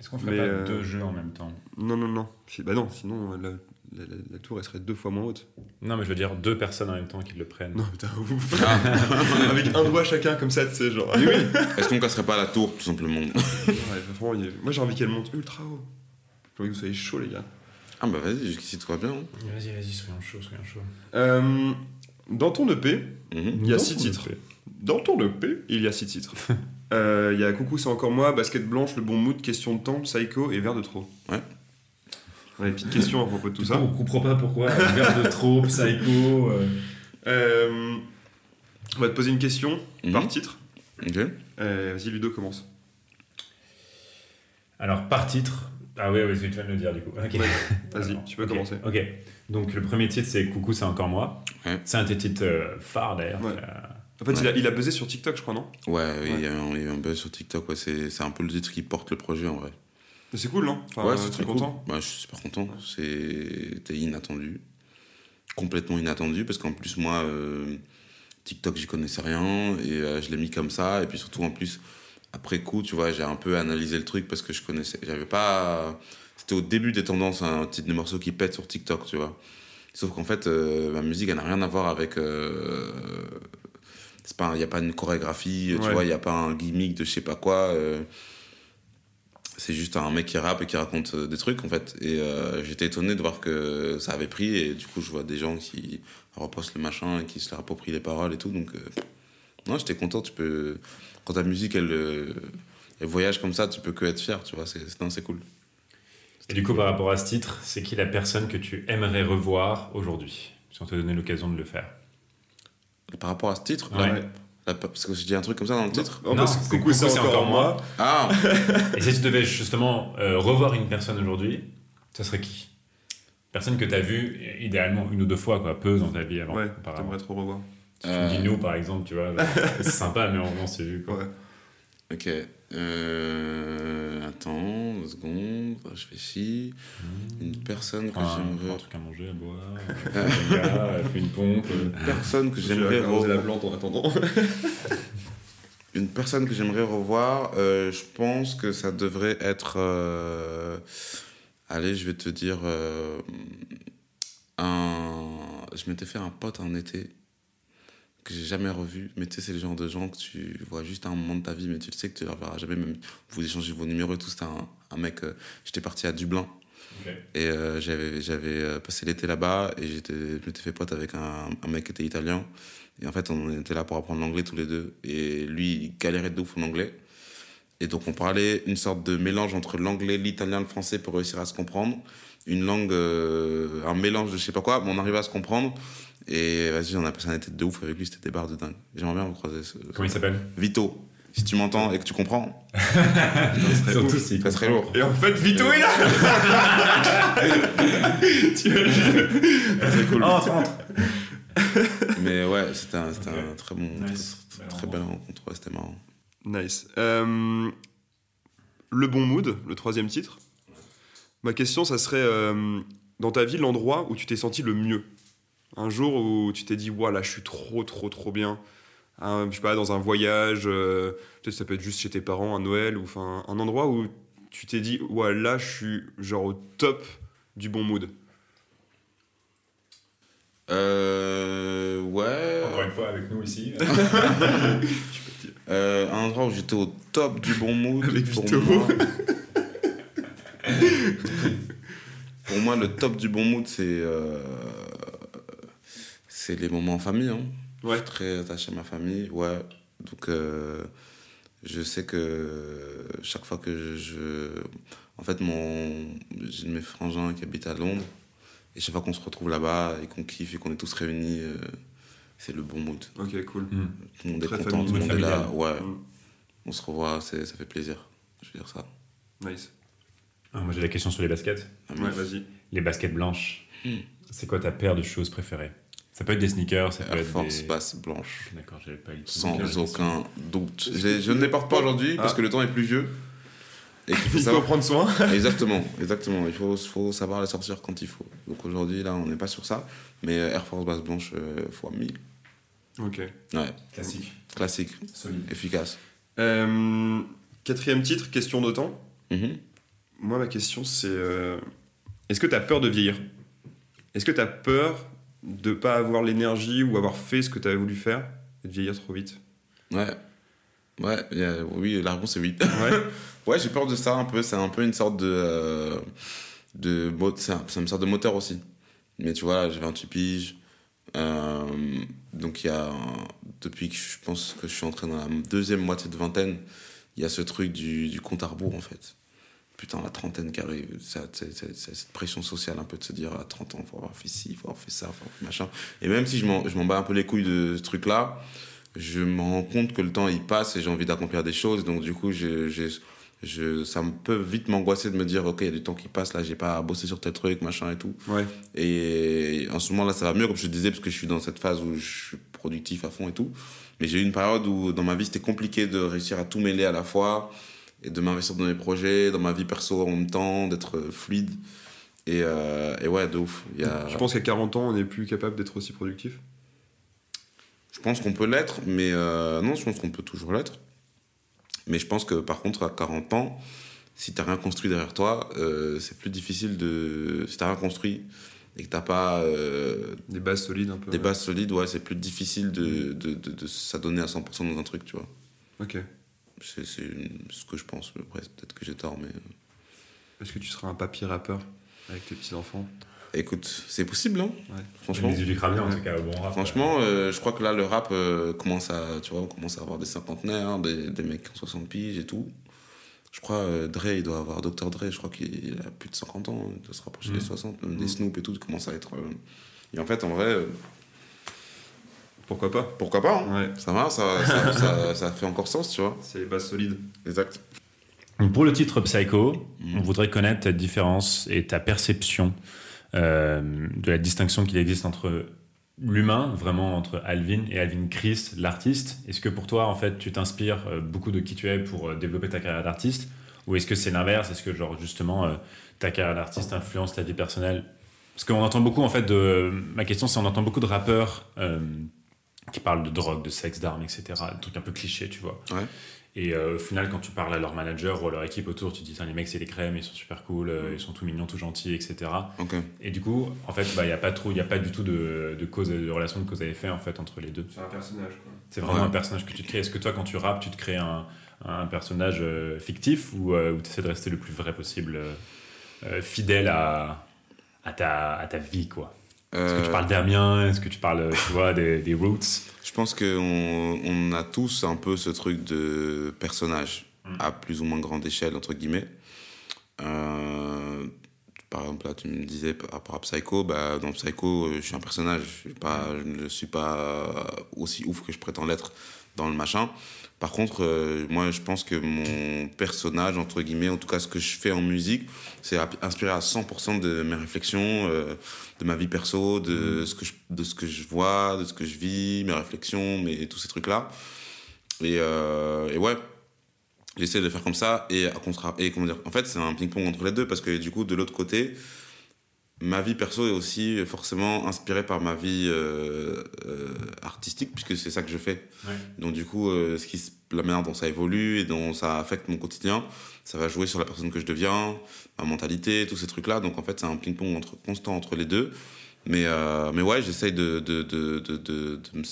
Speaker 3: Est-ce qu'on
Speaker 1: ferait
Speaker 3: ferait
Speaker 1: pas
Speaker 3: pas
Speaker 1: deux
Speaker 3: deux jeux en même temps
Speaker 1: Non, non, non. Si- Bah, non, sinon, euh, la, la- la- la tour, elle serait deux fois moins haute.
Speaker 3: Non, mais je veux dire deux personnes en même temps qui le prennent.
Speaker 1: Non, putain, ouf. Avec un doigt chacun, comme ça, tu sais, genre.
Speaker 2: Mais oui, est-ce qu'on casserait pas la tour, tout simplement
Speaker 1: Ouais, vraiment, il est- Moi, j'ai envie qu'elle monte ultra haut. J'ai envie que vous soyez chaud, les gars.
Speaker 2: Ah bah vas-y, jusqu'ici, toi bien. hein.
Speaker 3: Vas-y, vas-y, soyons chauds, soyons chauds.
Speaker 1: Euh, dans ton EP,
Speaker 2: Mhm.
Speaker 1: il y a six titres. Dans ton EP, il y a six titres. Euh, Il y a Coucou, c'est encore moi, Basket Blanche, Le Bon Mood, Question de Temps, Psycho et Verre de Trop.
Speaker 2: Ouais.
Speaker 1: Ouais, petite question à propos de tout ça.
Speaker 3: On comprend pas pourquoi. Verre de trop, psycho.
Speaker 1: Euh, on va te poser une question
Speaker 2: Mhm.
Speaker 1: par titre.
Speaker 2: Ok.
Speaker 1: Euh, Vas-y, Ludo commence.
Speaker 3: Alors, par titre. Ah oui, oui, tu viens de le dire du coup. Ok.
Speaker 1: Vas-y,
Speaker 3: Alors,
Speaker 1: tu peux
Speaker 3: ok,
Speaker 1: commencer.
Speaker 3: Ok. Donc, le premier titre, c'est Coucou, c'est encore moi.
Speaker 2: Ouais.
Speaker 3: C'est un de tes titres euh, phares d'ailleurs.
Speaker 1: Ouais.
Speaker 3: Euh,
Speaker 1: En fait,
Speaker 2: Ouais.
Speaker 1: il, a, il a buzzé sur TikTok, je crois, non
Speaker 2: Ouais, oui,
Speaker 1: Ouais.
Speaker 2: il y a eu un- il y a eu un buzz sur TikTok, ouais, c'est c'est un peu le titre qui porte le projet en vrai.
Speaker 1: Mais C'est cool, non Enfin,
Speaker 2: ouais,
Speaker 1: euh,
Speaker 2: c'est
Speaker 1: t'es
Speaker 2: très
Speaker 1: content.
Speaker 2: content. Bah, je suis super content. C'est- C'était inattendu. Complètement inattendu, parce qu'en plus, moi, euh, TikTok, j'y connaissais rien, et euh, je l'ai mis comme ça, et puis surtout, en plus, après coup, tu vois, j'ai un peu analysé le truc parce que je connaissais. J'avais pas. C'était au début des tendances, hein, un titre de morceau qui pète sur TikTok, tu vois. Sauf qu'en fait, euh, ma musique, elle n'a rien à voir avec. euh, c'est pas, il n'y a pas une chorégraphie, tu
Speaker 1: Ouais.
Speaker 2: vois, il n'y a pas un gimmick de je sais pas quoi. euh, c'est juste un mec qui rappe et qui raconte euh, des trucs, en fait. Et euh, j'étais étonné de voir que ça avait pris, et du coup, je vois des gens qui repostent le machin et qui se approprient les paroles et tout, donc. euh, non, j'étais content. Tu peux, quand ta musique elle, euh, elle voyage comme ça, tu peux que être fier, tu vois. C'est c'est- non, c'est cool.
Speaker 3: Et du coup, par rapport à ce titre, c'est qui la personne que tu aimerais revoir aujourd'hui Si on te donnait l'occasion de le faire.
Speaker 2: Par rapport à ce titre,
Speaker 3: Ouais.
Speaker 2: la- la- parce que j'ai dit un truc comme ça dans le titre.
Speaker 1: Non,
Speaker 3: Non,
Speaker 1: parce que
Speaker 3: c'est
Speaker 1: Coucou, Oh, bah, c'est encore, moi.
Speaker 2: Ah,
Speaker 3: Et si tu devais justement euh, revoir une personne aujourd'hui, ça serait qui Personne que tu as vue euh, idéalement une ou deux fois, quoi, peu dans ta vie avant.
Speaker 1: Ouais,
Speaker 3: auparavant.
Speaker 1: t'aimerais trop revoir.
Speaker 3: Si tu me
Speaker 2: euh,
Speaker 3: dis nous, par exemple, tu vois, c'est sympa, mais on, on s'est vu. Quoi.
Speaker 1: Ouais.
Speaker 2: ok. Euh, attends, deux secondes. Je réfléchis.
Speaker 3: Hmm.
Speaker 2: Une personne que
Speaker 3: Prends un, prends un
Speaker 2: j'aimerais.
Speaker 3: truc à manger, à boire, euh, fais un gars, euh, fais une pompe. euh.
Speaker 2: Une personne que
Speaker 1: J'ai
Speaker 2: j'aimerais
Speaker 1: arrosé
Speaker 2: revoir.
Speaker 1: plante en attendant.
Speaker 2: Une personne que j'aimerais revoir, euh, je pense que ça devrait être. euh, Allez, je vais te dire. euh, un... Je m'étais fait un pote en été que j'ai jamais revu. Mais tu sais, c'est le genre de gens que tu vois juste à un moment de ta vie, mais tu le sais que tu ne les reverras jamais. Même vous échangez vos numéros et tout. C'était un, un mec. euh, J'étais parti à Dublin.
Speaker 3: Ok.
Speaker 2: Et euh, j'avais, j'avais euh, passé l'été là-bas et j'étais, je m'étais fait pote avec un, un mec qui était italien. Et en fait, on était là pour apprendre l'anglais tous les deux. Et lui, il galérait de ouf en anglais. Et donc, on parlait une sorte de mélange entre l'anglais, l'italien, le français pour réussir à se comprendre. Une langue, euh, un mélange de je sais pas quoi, mais on arrivait à se comprendre. Et vas-y, on a passé un été de ouf avec lui, c'était des barres de dingue. J'aimerais bien vous croiser. ce-
Speaker 3: Comment il s'appelle
Speaker 2: Vito, si tu m'entends et que tu comprends,
Speaker 3: Surtout si.
Speaker 2: ça serait lourd.
Speaker 1: Et en fait, Vito est là Tu imagines
Speaker 2: C'est cool.
Speaker 3: Oh, rentre
Speaker 2: Mais ouais, c'était un, c'était
Speaker 3: Ok.
Speaker 2: un très bon,
Speaker 3: Nice.
Speaker 2: très, très belle rencontre, ouais, c'était marrant.
Speaker 1: Nice. Euh, le bon mood, le troisième titre. Ma question, ça serait euh, dans ta vie, l'endroit où tu t'es senti le mieux. Un jour où tu t'es dit, voilà, là, je suis trop, trop, trop bien. Un- je sais pas, dans un voyage, euh, peut-être ça peut être juste chez tes parents, un Noël, ou enfin, un endroit où tu t'es dit, ouais, là, je suis genre au top du bon mood.
Speaker 2: Euh, ouais.
Speaker 3: Encore une fois avec nous ici.
Speaker 2: Euh, un endroit où j'étais au top du bon mood.
Speaker 1: Avec
Speaker 2: pour
Speaker 1: Vito.
Speaker 2: Moi. pour moi, le top du bon mood, c'est. euh, c'est les moments en famille. Hein. Je
Speaker 1: Ouais.
Speaker 2: suis très attaché à ma famille. Ouais. Donc, euh, je sais que chaque fois que je. je- En fait, mon... j'ai de mes frangins qui habitent à Londres. Et chaque fois qu'on se retrouve là-bas et qu'on kiffe et qu'on est tous réunis, euh, c'est le bon mood.
Speaker 1: Ok, cool.
Speaker 2: Tout le monde est
Speaker 1: Très
Speaker 2: content, tout le
Speaker 1: familial.
Speaker 2: monde est là.
Speaker 3: Familial.
Speaker 2: Ouais.
Speaker 1: Mm.
Speaker 2: On se revoit, c'est- ça fait plaisir. Je veux dire ça.
Speaker 1: Nice.
Speaker 3: Ah, moi j'ai la question sur les baskets.
Speaker 2: La
Speaker 1: Ouais,
Speaker 2: meuf.
Speaker 1: vas-y.
Speaker 3: Les baskets blanches,
Speaker 2: Hmm.
Speaker 3: c'est quoi ta paire de choses préférées Ça peut être des sneakers, ça peut
Speaker 2: Air
Speaker 3: être
Speaker 2: Force
Speaker 3: des...
Speaker 2: Pass blanche.
Speaker 3: D'accord, j'avais pas eu le temps
Speaker 2: Sans
Speaker 3: de dire.
Speaker 2: aucun doute. Je, je ne les porte pas aujourd'hui parce
Speaker 1: Ah.
Speaker 2: que le temps est pluvieux. Et qu'il faut
Speaker 1: Il faut
Speaker 2: savoir.
Speaker 1: prendre soin.
Speaker 2: exactement, exactement. Il faut, faut savoir les sortir quand il faut. Donc aujourd'hui, là, on n'est pas sur ça. Mais euh, Air Force Base Blanche euh, fois 1000.
Speaker 1: Ok.
Speaker 2: Ouais,
Speaker 3: Classique,
Speaker 2: classique,
Speaker 3: solide.
Speaker 2: efficace.
Speaker 1: Euh, quatrième titre, question de temps.
Speaker 2: Mhm.
Speaker 1: Moi, ma question, c'est euh, est-ce que tu as peur de vieillir Est-ce que tu as peur de pas avoir l'énergie ou avoir fait ce que tu avais voulu faire et de vieillir trop vite
Speaker 2: Ouais. Ouais, il y a- oui, la réponse est oui.
Speaker 1: Ouais.
Speaker 2: Ouais, j'ai peur de ça un peu. C'est un peu une sorte de. euh, de mo- c'est un- c'est une sorte de moteur aussi. Mais tu vois, j'ai 28 piges. Euh, donc, il y a. un- Depuis que je pense que je suis entré dans la deuxième moitié de vingtaine, il y a ce truc du, du compte à rebours en fait. Putain, la trentaine qui arrive, ça, c'est- c'est- c'est cette pression sociale un peu de se dire à 30 ans, faut avoir fait ci, faut avoir fait ça, faut avoir fait machin. Et même si je m'en je m'en bats un peu les couilles de ce truc-là, je me rends compte que le temps il passe et j'ai envie d'accomplir des choses. Donc du coup, je, je- je- ça me peut vite m'angoisser de me dire, ok, il y a du temps qui passe, là, j'ai pas à bosser sur tel truc, machin et tout.
Speaker 1: Ouais.
Speaker 2: Et en ce moment là, ça va mieux, comme je te disais, parce que je suis dans cette phase où je suis productif à fond et tout. Mais j'ai eu une période où dans ma vie, c'était compliqué de réussir à tout mêler à la fois et de m'investir dans mes projets, dans ma vie perso en même temps, d'être euh, fluide. Et, euh, et ouais, de ouf. Il y a-
Speaker 1: Je pense qu'à 40 ans, on n'est plus capable d'être aussi productif.
Speaker 2: Je pense qu'on peut l'être, mais euh, non, je pense qu'on peut toujours l'être. Mais je pense que par contre, à 40 ans, si t'as rien construit derrière toi, euh, c'est plus difficile de. Si t'as rien construit et que t'as pas euh,
Speaker 1: Des bases solides un peu.
Speaker 2: des bases solides, ouais, c'est plus difficile de, de, de, de s'adonner à 100% dans un truc, tu vois.
Speaker 1: Ok.
Speaker 2: C'est c'est une- ce que je pense. Après, c'est peut-être que j'ai tort, mais. euh,
Speaker 1: Est-ce que tu seras un papy rappeur avec tes petits-enfants
Speaker 2: Écoute, c'est possible, hein
Speaker 1: Ouais.
Speaker 2: Franchement.
Speaker 3: du cramer en tout cas, au bon rap.
Speaker 2: Franchement, euh, je crois que là, le rap euh, commence à, tu vois, on commence à avoir des cinquantenaires, hein, des, des mecs qui ont 60 piges et tout. Je crois euh, Dre, il doit avoir Dr Dre, je crois qu'il a plus de 50 ans, hein, il doit se rapprocher
Speaker 3: Mhm.
Speaker 2: des 60, même
Speaker 1: Mhm.
Speaker 2: des Snoop et tout, commence à être. euh, Et en fait, en vrai, euh,
Speaker 1: Pourquoi pas
Speaker 2: pourquoi pas hein
Speaker 1: Ouais.
Speaker 2: Ça marche, ça, ça, ça- ça fait encore sens, tu vois.
Speaker 1: C'est les bases solides.
Speaker 2: Exact.
Speaker 3: Donc, Pour le titre Psycho,
Speaker 2: Mhm.
Speaker 3: on voudrait connaître ta différence et ta perception euh, de la distinction qu'il existe entre l'humain, vraiment entre Alvin et Alvin Chris, l'artiste. Est-ce que pour toi, en fait, tu t'inspires euh, beaucoup de qui tu es pour euh, développer ta carrière d'artiste Ou est-ce que c'est l'inverse Est-ce que, genre, justement, euh, ta carrière d'artiste influence ta vie personnelle Parce qu'on entend beaucoup, en fait, de. Ma question, c'est on entend beaucoup de rappeurs euh, qui parlent de drogue, de sexe, d'armes, etc. Des trucs un peu clichés, tu vois.
Speaker 2: Ouais.
Speaker 3: Et euh, au final, quand tu parles à leur manager ou à leur équipe autour, tu te dis Tain, les mecs, c'est des crèmes, ils sont super cool,
Speaker 2: Mm.
Speaker 3: euh, ils sont tout mignons, tout gentils, etc.
Speaker 2: Ok.
Speaker 3: Et du coup, en fait, il n'y a pas trop, il n'y a pas du tout de, de cause, de relation de cause à effet en fait entre les deux.
Speaker 1: C'est un personnage quoi.
Speaker 3: C'est vraiment
Speaker 2: Ouais.
Speaker 3: un personnage que tu te crées. Est-ce que toi, quand tu rappes, tu te crées un, un personnage euh, fictif ou tu essaies de rester le plus vrai possible, euh, euh, fidèle à, à, ta, à ta vie, quoi Est-ce que tu
Speaker 2: Euh,
Speaker 3: parles d'Hermien Est-ce que tu parles, euh, tu vois, des, des roots
Speaker 2: Je pense qu'on on a tous un peu ce truc de personnage
Speaker 3: Mm.
Speaker 2: à plus ou moins grande échelle, entre guillemets. Euh, par exemple, là, tu me disais par rapport à Psycho, bah, dans Psycho, euh, je suis un personnage. Je, suis pas, je ne suis pas aussi ouf que je prétends l'être dans le machin. Par contre, euh, moi, je pense que mon personnage, entre guillemets, en tout cas, ce que je fais en musique, c'est ap- inspiré à 100% de mes réflexions, euh, de ma vie perso, de, ce que je, de ce que je vois, de ce que je vis, mes réflexions, mes, tous ces trucs-là. Et, euh, et ouais, j'essaie de le faire comme ça. Et, à contra et comment dire, en fait, c'est un ping-pong entre les deux parce que du coup, de l'autre côté, ma vie perso est aussi forcément inspirée par ma vie euh, euh, artistique puisque c'est ça que je fais.
Speaker 3: Ouais.
Speaker 2: Donc du coup, euh, ce qui se- la manière dont ça évolue et dont ça affecte mon quotidien, ça va jouer sur la personne que je deviens, ma mentalité, tous ces trucs-là. Donc en fait, c'est un ping-pong entre, constant entre les deux. Mais, euh, mais ouais, j'essaye de... de, de, de, de- de me-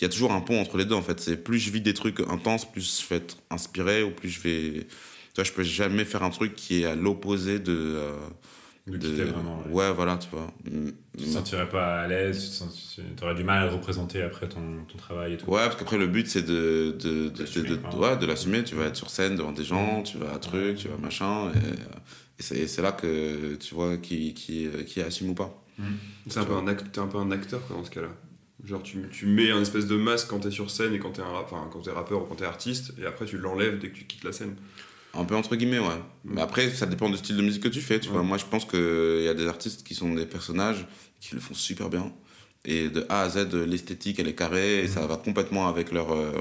Speaker 2: Il y a toujours un pont entre les deux, en fait. C'est plus je vis des trucs intenses, plus je vais être inspiré ou plus je vais... Tu vois, je peux jamais faire un truc qui est à l'opposé de... euh,
Speaker 3: De quitter vraiment, ouais.
Speaker 2: Ouais, voilà, tu vois. Mm,
Speaker 3: Tu te sentirais pas à l'aise, tu te sens- tu aurais du mal à le représenter après ton, ton travail et tout.
Speaker 2: Ouais, parce qu'après, le but, c'est de, de, de,
Speaker 3: D'assumer,
Speaker 2: de- de-
Speaker 3: quoi.
Speaker 2: ouais, de l'assumer. hein. Tu vas être sur scène devant des gens, tu vas à truc, tu vas machin. Et, euh, et c'est- et c'est là que tu vois qui, qui, euh, qui assume ou pas.
Speaker 1: C'est un peu un acte, t'es un peu un acteur quoi, dans ce cas-là. Genre tu, tu mets un espèce de masque quand t'es sur scène et quand t'es un rap- enfin, quand t'es rappeur ou quand t'es artiste et après tu l'enlèves dès que tu quittes la scène.
Speaker 2: Un peu entre guillemets, ouais. Mais après, ça dépend du style de musique que tu fais. Tu vois, moi, je pense qu'il y a des artistes qui sont des personnages qui le font super bien. Et de A à Z, l'esthétique, elle est carrée et ça va complètement avec leur. euh,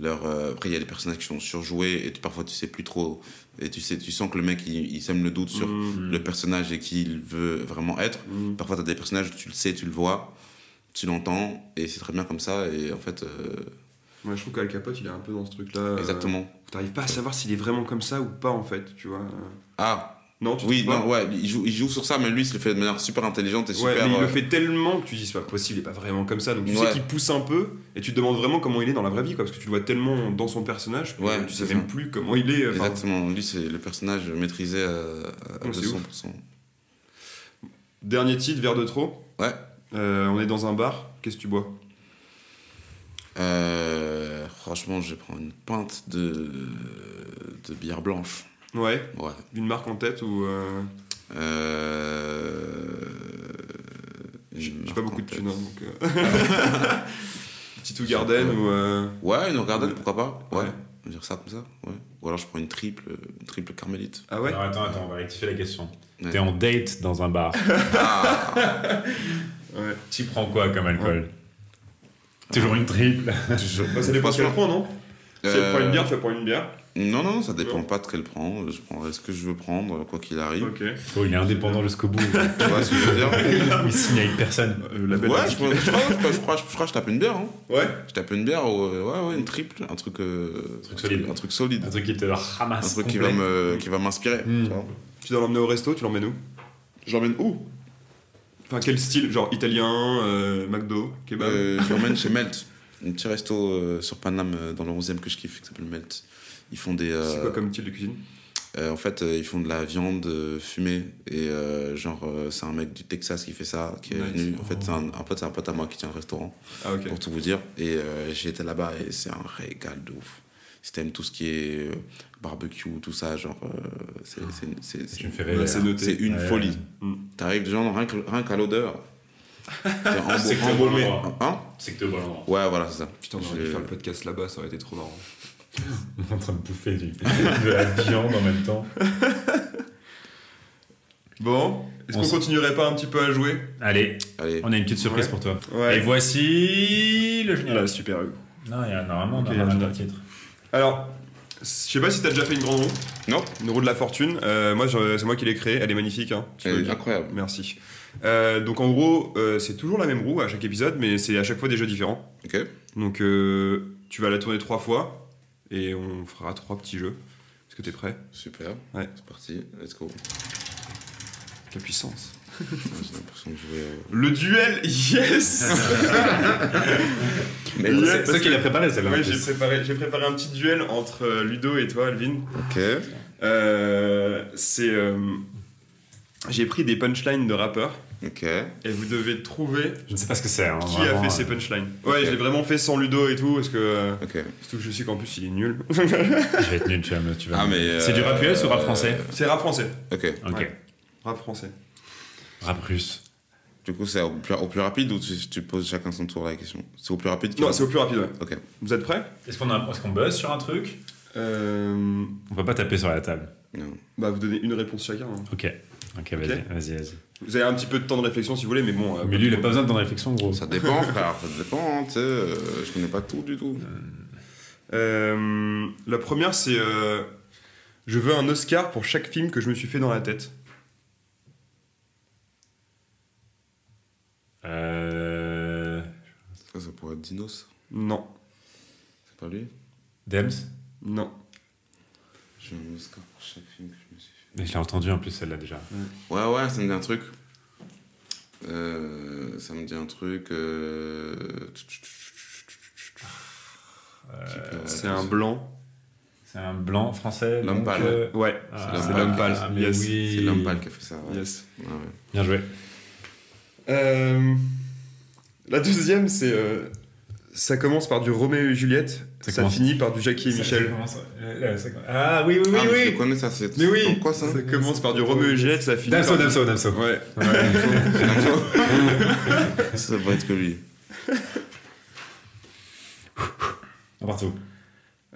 Speaker 2: leur euh, après, il y a des personnages qui sont surjoués et tu- parfois, tu sais plus trop. Et tu, sais, tu sens que le mec, il, il sème le doute sur
Speaker 1: Mmh.
Speaker 2: le personnage et qui il veut vraiment être.
Speaker 1: Mmh.
Speaker 2: Parfois, tu as des personnages, tu le sais, tu le vois, tu l'entends, et c'est très bien comme ça. Et en fait, euh,
Speaker 1: Moi je trouve qu'Al Capote il est un peu dans ce truc là. euh,
Speaker 2: exactement.
Speaker 1: T'arrives pas à savoir s'il est vraiment comme ça ou pas en fait, tu vois. euh.
Speaker 2: Ah,
Speaker 1: Non, tu
Speaker 2: oui,
Speaker 1: trouves pas
Speaker 2: non, ouais, il joue, il joue sur ça, mais lui, il le fait de manière super intelligente et
Speaker 1: Ouais,
Speaker 2: super.
Speaker 1: mais il
Speaker 2: euh,
Speaker 1: le fait tellement que tu dis c'est pas possible, il est pas vraiment comme ça. Donc tu
Speaker 2: Ouais.
Speaker 1: sais qu'il pousse un peu et tu te demandes vraiment comment il est dans la vraie vie, quoi, parce que tu le vois tellement dans son personnage que
Speaker 2: Ouais,
Speaker 1: tu sais
Speaker 2: c'est
Speaker 1: même plus comment il est. euh, enfin,
Speaker 2: Exactement, lui, c'est le personnage maîtrisé à, à
Speaker 1: Oh, c'est
Speaker 2: 200%.
Speaker 1: dernier titre, verre de trop.
Speaker 2: Ouais.
Speaker 1: Euh, on est dans un bar, qu'est-ce que tu bois
Speaker 2: Euh, franchement, je prends une pinte de, de bière blanche.
Speaker 1: Ouais,
Speaker 2: Ouais.
Speaker 1: une marque en tête ou. euh,
Speaker 2: Euh,
Speaker 1: J'ai
Speaker 2: une
Speaker 1: j'ai pas
Speaker 2: marque
Speaker 1: beaucoup
Speaker 2: en
Speaker 1: de
Speaker 2: tête.
Speaker 1: thunes, hein, donc. euh. Petit ou Garden ou. euh,
Speaker 2: Ouais, une regardade, pourquoi pas Ouais.
Speaker 1: Ouais.
Speaker 2: On va dire ça comme ça ouais. Ou alors je prends une triple, une triple carmélite.
Speaker 1: Ah ouais
Speaker 3: Alors attends, attends, on va rectifier la question.
Speaker 2: Ouais.
Speaker 3: T'es en date dans un bar.
Speaker 1: Ouais.
Speaker 3: tu prends quoi comme alcool Toujours une triple.
Speaker 1: Bah, ça dépend ce qu'elle
Speaker 2: Franchement,
Speaker 1: prend, non Si elle prend une
Speaker 2: Euh,
Speaker 1: bière, tu vas prendre une bière.
Speaker 2: Non, non, ça dépend
Speaker 1: Non.
Speaker 2: pas de qu'elle prend. Je prends ce que je veux prendre, euh, quoi qu'il arrive.
Speaker 1: Ok.
Speaker 3: Oh, il est indépendant jusqu'au bout.
Speaker 2: Tu vois ce que je veux dire
Speaker 3: il signe avec personne.
Speaker 1: Euh, la belle
Speaker 2: Ouais, je, prends- je crois- je crois- je crois- je crois que je tape une bière. hein.
Speaker 1: Ouais.
Speaker 2: Je tape une bière ou euh, ouais, ouais, une triple, un truc, euh,
Speaker 3: truc solide.
Speaker 2: Un truc solide.
Speaker 3: Un truc qui te
Speaker 1: Ah,
Speaker 2: Un
Speaker 3: ramasse.
Speaker 2: truc qui
Speaker 3: complet.
Speaker 2: va me- qui va m'inspirer.
Speaker 3: Mm.
Speaker 2: tu vois.
Speaker 1: Tu dois l'emmener au resto, tu l'emmènes où
Speaker 2: Je l'emmène où
Speaker 1: Enfin, quel style Genre italien, euh, McDo, kebab
Speaker 2: Euh, Je l'emmène chez Melt. Un petit resto euh, sur Paname euh, dans le 11 e que je kiffe qui s'appelle Melt. Ils font des.
Speaker 1: C'est quoi
Speaker 2: euh,
Speaker 1: comme style de cuisine
Speaker 2: Euh, en fait, euh, ils font de la viande euh, fumée et euh, genre euh, c'est un mec du Texas qui fait ça, qui est
Speaker 1: Nice.
Speaker 2: venu. En fait, c'est un, un pote, c'est un pote à moi qui tient un restaurant
Speaker 1: Ah ok.
Speaker 2: pour tout vous dire. Et euh, j'ai été là-bas et c'est un régal de ouf. Si t'aimes tout ce qui est euh, barbecue, tout ça, genre euh, c'est
Speaker 1: Ah.
Speaker 2: c'est- c'est-
Speaker 3: Tu me
Speaker 2: c'est-
Speaker 3: fais rêver.
Speaker 1: Ouais, c'est
Speaker 3: hein.
Speaker 1: noté.
Speaker 2: c'est une
Speaker 3: Ouais.
Speaker 2: folie.
Speaker 1: Mm.
Speaker 2: T'arrives genre rien que- rien qu'à l'odeur.
Speaker 3: Ah, C'est
Speaker 2: C'est
Speaker 3: que t'es au bon
Speaker 2: embaumé.
Speaker 3: endroit.
Speaker 2: Hein
Speaker 3: C'est que t'es au bon endroit.
Speaker 2: Ouais, voilà, c'est ça.
Speaker 1: Putain, on aurait
Speaker 2: Je-
Speaker 1: dû faire le podcast là-bas, ça aurait été trop marrant.
Speaker 3: On est en train de bouffer du, de la viande en même temps.
Speaker 1: Bon, est-ce
Speaker 3: On
Speaker 1: qu'on
Speaker 3: s-
Speaker 1: continuerait pas un petit peu à jouer
Speaker 3: Allez,
Speaker 2: Allez.
Speaker 3: on a une petite surprise
Speaker 1: Ouais.
Speaker 3: pour toi.
Speaker 1: Ouais.
Speaker 3: Et voici le générique.
Speaker 1: Ah, super U.
Speaker 3: Non, il y a normalement
Speaker 1: Ok,
Speaker 3: on
Speaker 1: il y a
Speaker 3: a
Speaker 1: un
Speaker 3: un autre titre.
Speaker 1: Alors, je sais pas si t'as déjà fait une grande roue,
Speaker 2: Non,
Speaker 1: une roue de la fortune. Euh, moi, je- c'est moi qui l'ai créée, elle est magnifique. Hein, Tu peux le
Speaker 2: c'est
Speaker 1: dire.
Speaker 2: incroyable.
Speaker 1: Merci. Euh, donc en gros, euh, c'est toujours la même roue à chaque épisode, mais c'est à chaque fois des jeux différents.
Speaker 2: Ok.
Speaker 1: Donc euh, tu vas la tourner trois fois et on fera trois petits jeux. Est-ce que t'es prêt
Speaker 2: Super.
Speaker 1: Ouais.
Speaker 2: C'est parti. Let's go.
Speaker 1: La puissance.
Speaker 2: Putain, J'ai l'impression de jouer. euh,
Speaker 1: Le duel, yes
Speaker 2: Mais
Speaker 1: Yeah.
Speaker 3: C'est toi
Speaker 1: parce
Speaker 3: qui
Speaker 1: que-
Speaker 3: l'as préparé, celle-là. en
Speaker 1: Ouais,
Speaker 3: plus.
Speaker 1: j'ai préparé, j'ai préparé un petit duel entre euh, Ludo et toi, Alvin.
Speaker 2: ok.
Speaker 1: Euh, c'est. euh, j'ai pris des punchlines de rappeurs
Speaker 2: Ok.
Speaker 1: et vous devez trouver
Speaker 3: Je ne sais pas ce que c'est. hein,
Speaker 1: qui
Speaker 3: vraiment,
Speaker 1: a fait
Speaker 3: euh,
Speaker 1: ces punchlines. Ouais,
Speaker 2: Ok.
Speaker 1: j'ai vraiment fait sans Ludo et tout, parce que. euh,
Speaker 2: Ok.
Speaker 1: Surtout que je sais qu'en plus il est nul.
Speaker 3: Je vais être nul, tu vas me- tu vas
Speaker 2: Ah,
Speaker 3: me-
Speaker 2: mais, euh,
Speaker 3: C'est du rap US ou rap
Speaker 2: euh,
Speaker 3: français
Speaker 1: C'est rap français.
Speaker 2: Ok.
Speaker 3: Ok.
Speaker 1: ouais. Rap français.
Speaker 3: Rap russe.
Speaker 2: Du coup, c'est au plus, au plus rapide ou tu, tu poses chacun son tour la question C'est au plus rapide que-
Speaker 1: Non, c'est au plus rapide, ouais.
Speaker 2: Ok.
Speaker 1: Vous êtes prêts
Speaker 3: Est-ce qu'on a... Est qu'on buzz sur un truc
Speaker 1: Euh,
Speaker 3: On peut pas taper sur la table.
Speaker 2: Non.
Speaker 1: Bah, vous donnez une réponse chacun. hein.
Speaker 3: Ok. Ok, vas-y,
Speaker 1: Ok.
Speaker 3: vas-y, vas-y.
Speaker 1: Vous avez un petit peu de temps de réflexion si vous voulez, mais bon. euh,
Speaker 3: Mais lui, il a pas besoin de ton réflexion, gros.
Speaker 2: Ça dépend, frère. Ça dépend, hein, tu sais. euh, je connais pas tout du tout.
Speaker 1: Euh, la première, c'est. euh, je veux un Oscar pour chaque film que je me suis fait dans la tête.
Speaker 3: Euh...
Speaker 2: Ça, ça pourrait être Dinos.
Speaker 1: Non.
Speaker 2: C'est pas lui
Speaker 3: Dems
Speaker 1: Non.
Speaker 2: J'ai un Oscar pour chaque film que je me suis fait.
Speaker 3: Mais je l'ai entendu en plus, celle-là, déjà.
Speaker 2: Ouais, ouais, ça me dit un truc. Euh, ça me dit un truc. euh, Qui peut-
Speaker 3: Ah, euh,
Speaker 2: Euh,
Speaker 1: C'est un blanc.
Speaker 3: C'est un blanc français.
Speaker 2: L'homme
Speaker 3: donc,
Speaker 2: pâle.
Speaker 3: euh,
Speaker 1: Ouais,
Speaker 3: ah,
Speaker 2: l'homme
Speaker 1: c'est
Speaker 2: pâle.
Speaker 1: l'homme pâle.
Speaker 3: Ah, mais
Speaker 1: Yes.
Speaker 3: oui.
Speaker 2: C'est Lampal qui a fait ça. ouais.
Speaker 1: Yes.
Speaker 2: Ouais, ouais.
Speaker 3: Bien joué.
Speaker 1: Euh, la deuxième, c'est. euh, ça commence par du Roméo et Juliette,
Speaker 3: Ça
Speaker 1: ça,
Speaker 3: commence-
Speaker 1: finit par du Jackie et Michel.
Speaker 3: Ah oui, oui,
Speaker 2: Ah, mais Je le connais ça, c'est
Speaker 3: Mais oui.
Speaker 2: c'est quoi ça hein
Speaker 1: Ça commence par du Roméo et Juliette, ça finit
Speaker 3: Damso,
Speaker 1: par. du-
Speaker 3: Damso, Damso.
Speaker 1: Ouais.
Speaker 2: Ça doit être que lui.
Speaker 3: Partout.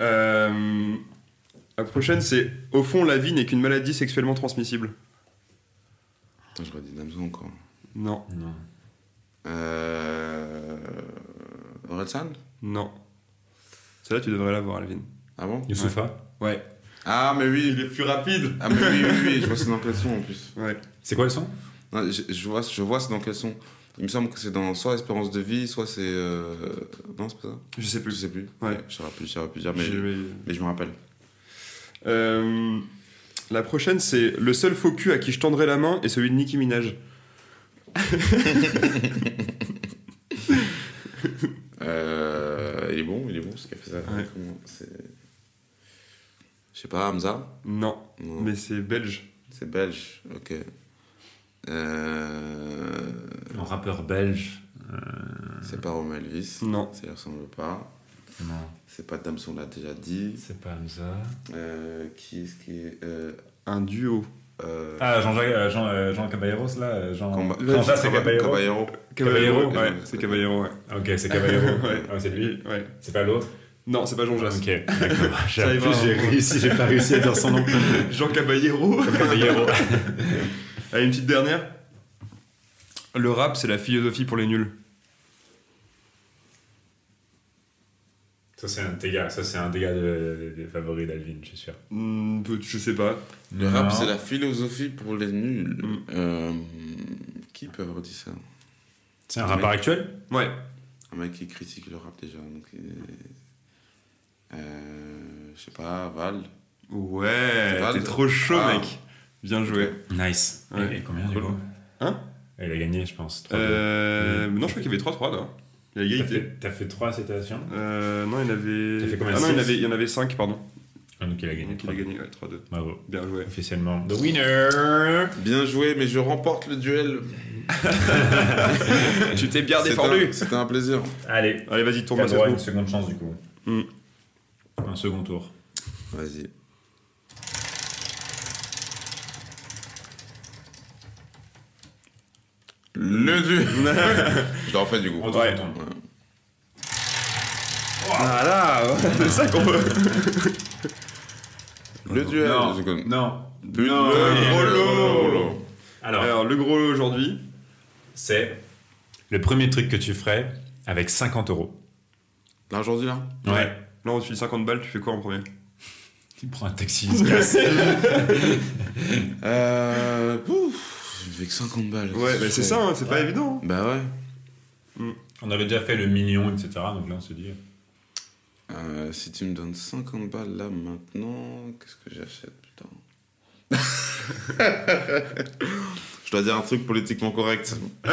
Speaker 1: Euh, la prochaine, c'est Au fond, la vie n'est qu'une maladie sexuellement transmissible.
Speaker 2: Attends, j'aurais dit Damso encore.
Speaker 1: Non,
Speaker 3: Non.
Speaker 2: Euh. Orelsan
Speaker 1: non. Celle-là, tu devrais l'avoir, Alvin.
Speaker 2: Ah bon
Speaker 3: Youssoufa.
Speaker 1: Ouais.
Speaker 2: Ah, mais oui,
Speaker 1: Il est plus rapide
Speaker 2: Ah, mais oui, oui, oui, je vois c'est dans quel son en plus.
Speaker 1: Ouais.
Speaker 3: C'est quoi le son
Speaker 2: Non, je, je vois, je vois c'est dans quel son. Il me semble que c'est dans soit Espérance de vie, soit c'est. euh, Non, c'est pas ça
Speaker 1: Je sais
Speaker 2: Je
Speaker 1: plus.
Speaker 2: sais plus.
Speaker 1: Ouais.
Speaker 2: Je saurais plus, je saurais plus dire, mais,
Speaker 1: Je vais-
Speaker 2: mais je me rappelle.
Speaker 1: Euh, la prochaine, c'est le seul faux cul à qui je tendrai la main est celui de Nicki Minaj.
Speaker 2: Euh, il est bon, il est bon ce qu'il a fait ça.
Speaker 1: Ouais.
Speaker 2: Comment c'est. Je sais pas, Hamza
Speaker 1: Non,
Speaker 2: Non.
Speaker 1: mais c'est belge.
Speaker 2: C'est belge, ok. Euh...
Speaker 3: Un rappeur belge.
Speaker 2: C'est pas Romain Elvis.
Speaker 1: Non.
Speaker 2: Ça y ressemble pas.
Speaker 3: Non.
Speaker 2: C'est pas Damson, on l'a déjà dit.
Speaker 3: C'est pas Hamza.
Speaker 2: Euh, qui est-ce qui est. Euh,
Speaker 1: Un duo.
Speaker 2: euh,
Speaker 3: Ah, Jean-Jacques, euh, Jean, euh, Jean Caballeros, là. euh, Jean,
Speaker 2: Comba-
Speaker 3: Jean Jacques, c'est
Speaker 2: Comba-
Speaker 3: Caballero.
Speaker 2: Caballero.
Speaker 3: Caballero,
Speaker 1: ouais,
Speaker 2: ouais.
Speaker 1: c'est Caballero, ouais.
Speaker 3: Ah, Ok, c'est Caballero.
Speaker 1: Ouais.
Speaker 3: Ah, c'est lui.
Speaker 1: Ouais.
Speaker 3: C'est pas l'autre.
Speaker 1: Non, c'est pas Jean Jass.
Speaker 3: Ok, d'accord. J'ai
Speaker 1: Ça y va,
Speaker 3: j'ai
Speaker 1: hein.
Speaker 3: réussi, j'ai pas réussi à dire son nom.
Speaker 1: Jean Caballero.
Speaker 3: Caballero.
Speaker 1: Allez, une petite dernière. Le rap, c'est la philosophie pour les nuls.
Speaker 3: Ça, c'est un dégât. Ça, c'est un dégât de- des favoris d'Alvin, je suis sûr.
Speaker 1: Hmm, peut- je sais pas.
Speaker 2: Le rap,
Speaker 3: Non.
Speaker 2: c'est la philosophie pour les nuls.
Speaker 1: Mm.
Speaker 2: Euh, qui peut avoir dit ça
Speaker 3: C'est un rappeur actuel
Speaker 1: Ouais.
Speaker 2: Un mec qui critique le rap déjà. Donc, il est- euh, je sais pas, Val.
Speaker 1: Ouais,
Speaker 2: Val.
Speaker 1: t'es trop chaud,
Speaker 2: Ah.
Speaker 1: mec. Bien joué.
Speaker 3: Nice.
Speaker 1: Ouais.
Speaker 3: Et, et combien du
Speaker 1: Cool.
Speaker 3: coup
Speaker 1: Hein
Speaker 3: Il a gagné, je pense. trois deux.
Speaker 1: Euh, non, je crois qu'il y avait 3-3 là. Il y a
Speaker 3: T'as
Speaker 1: égalité.
Speaker 3: fait, t'as fait trois citations
Speaker 1: Euh, non, il y en
Speaker 3: T'as
Speaker 1: avait.
Speaker 3: fait combien,
Speaker 1: ah non, il y en
Speaker 3: six
Speaker 1: avait, il y en avait 5, pardon.
Speaker 3: Ah, Donc il a gagné.
Speaker 1: Donc il a
Speaker 3: trois.
Speaker 1: gagné, ouais, 3-2.
Speaker 3: Bravo.
Speaker 1: Bien joué.
Speaker 3: Officiellement. The winner
Speaker 2: Bien joué, mais je remporte le duel.
Speaker 1: tu t'es bien
Speaker 2: C'était
Speaker 1: défendu.
Speaker 2: un- C'était un plaisir.
Speaker 3: Allez,
Speaker 1: Allez, vas-y, tourne
Speaker 3: t'as
Speaker 1: à
Speaker 3: droit à une seconde chance du coup.
Speaker 1: Hmm.
Speaker 3: Un second tour.
Speaker 2: Vas-y. Le duel. je le refais du coup.
Speaker 3: On
Speaker 2: Ouais.
Speaker 3: tourne, on tourne.
Speaker 1: Voilà, c'est ça qu'on veut.
Speaker 2: Le duel.
Speaker 3: Non,
Speaker 2: je connais.
Speaker 3: non.
Speaker 2: Le
Speaker 3: Non.
Speaker 2: Euh,
Speaker 1: Oh, non.
Speaker 2: gros lot.
Speaker 3: Alors,
Speaker 2: Euh.
Speaker 1: Alors, le gros lot aujourd'hui.
Speaker 3: c'est le premier truc que tu ferais avec 50 euros.
Speaker 2: Là aujourd'hui là
Speaker 3: Ouais.
Speaker 1: Là, on te file 50 balles, tu fais quoi en premier
Speaker 3: Tu prends un taxi, il se casse.
Speaker 2: Euh. Pouf Avec 50 balles.
Speaker 1: Ouais, mais c'est ça, hein, c'est pas évident.
Speaker 2: Bah ouais.
Speaker 3: On avait déjà fait le million, etc. Donc là, on se dit.
Speaker 2: Euh, si tu me donnes 50 balles là maintenant, qu'est-ce que j'achète putain Je dois dire un truc politiquement correct. Mais,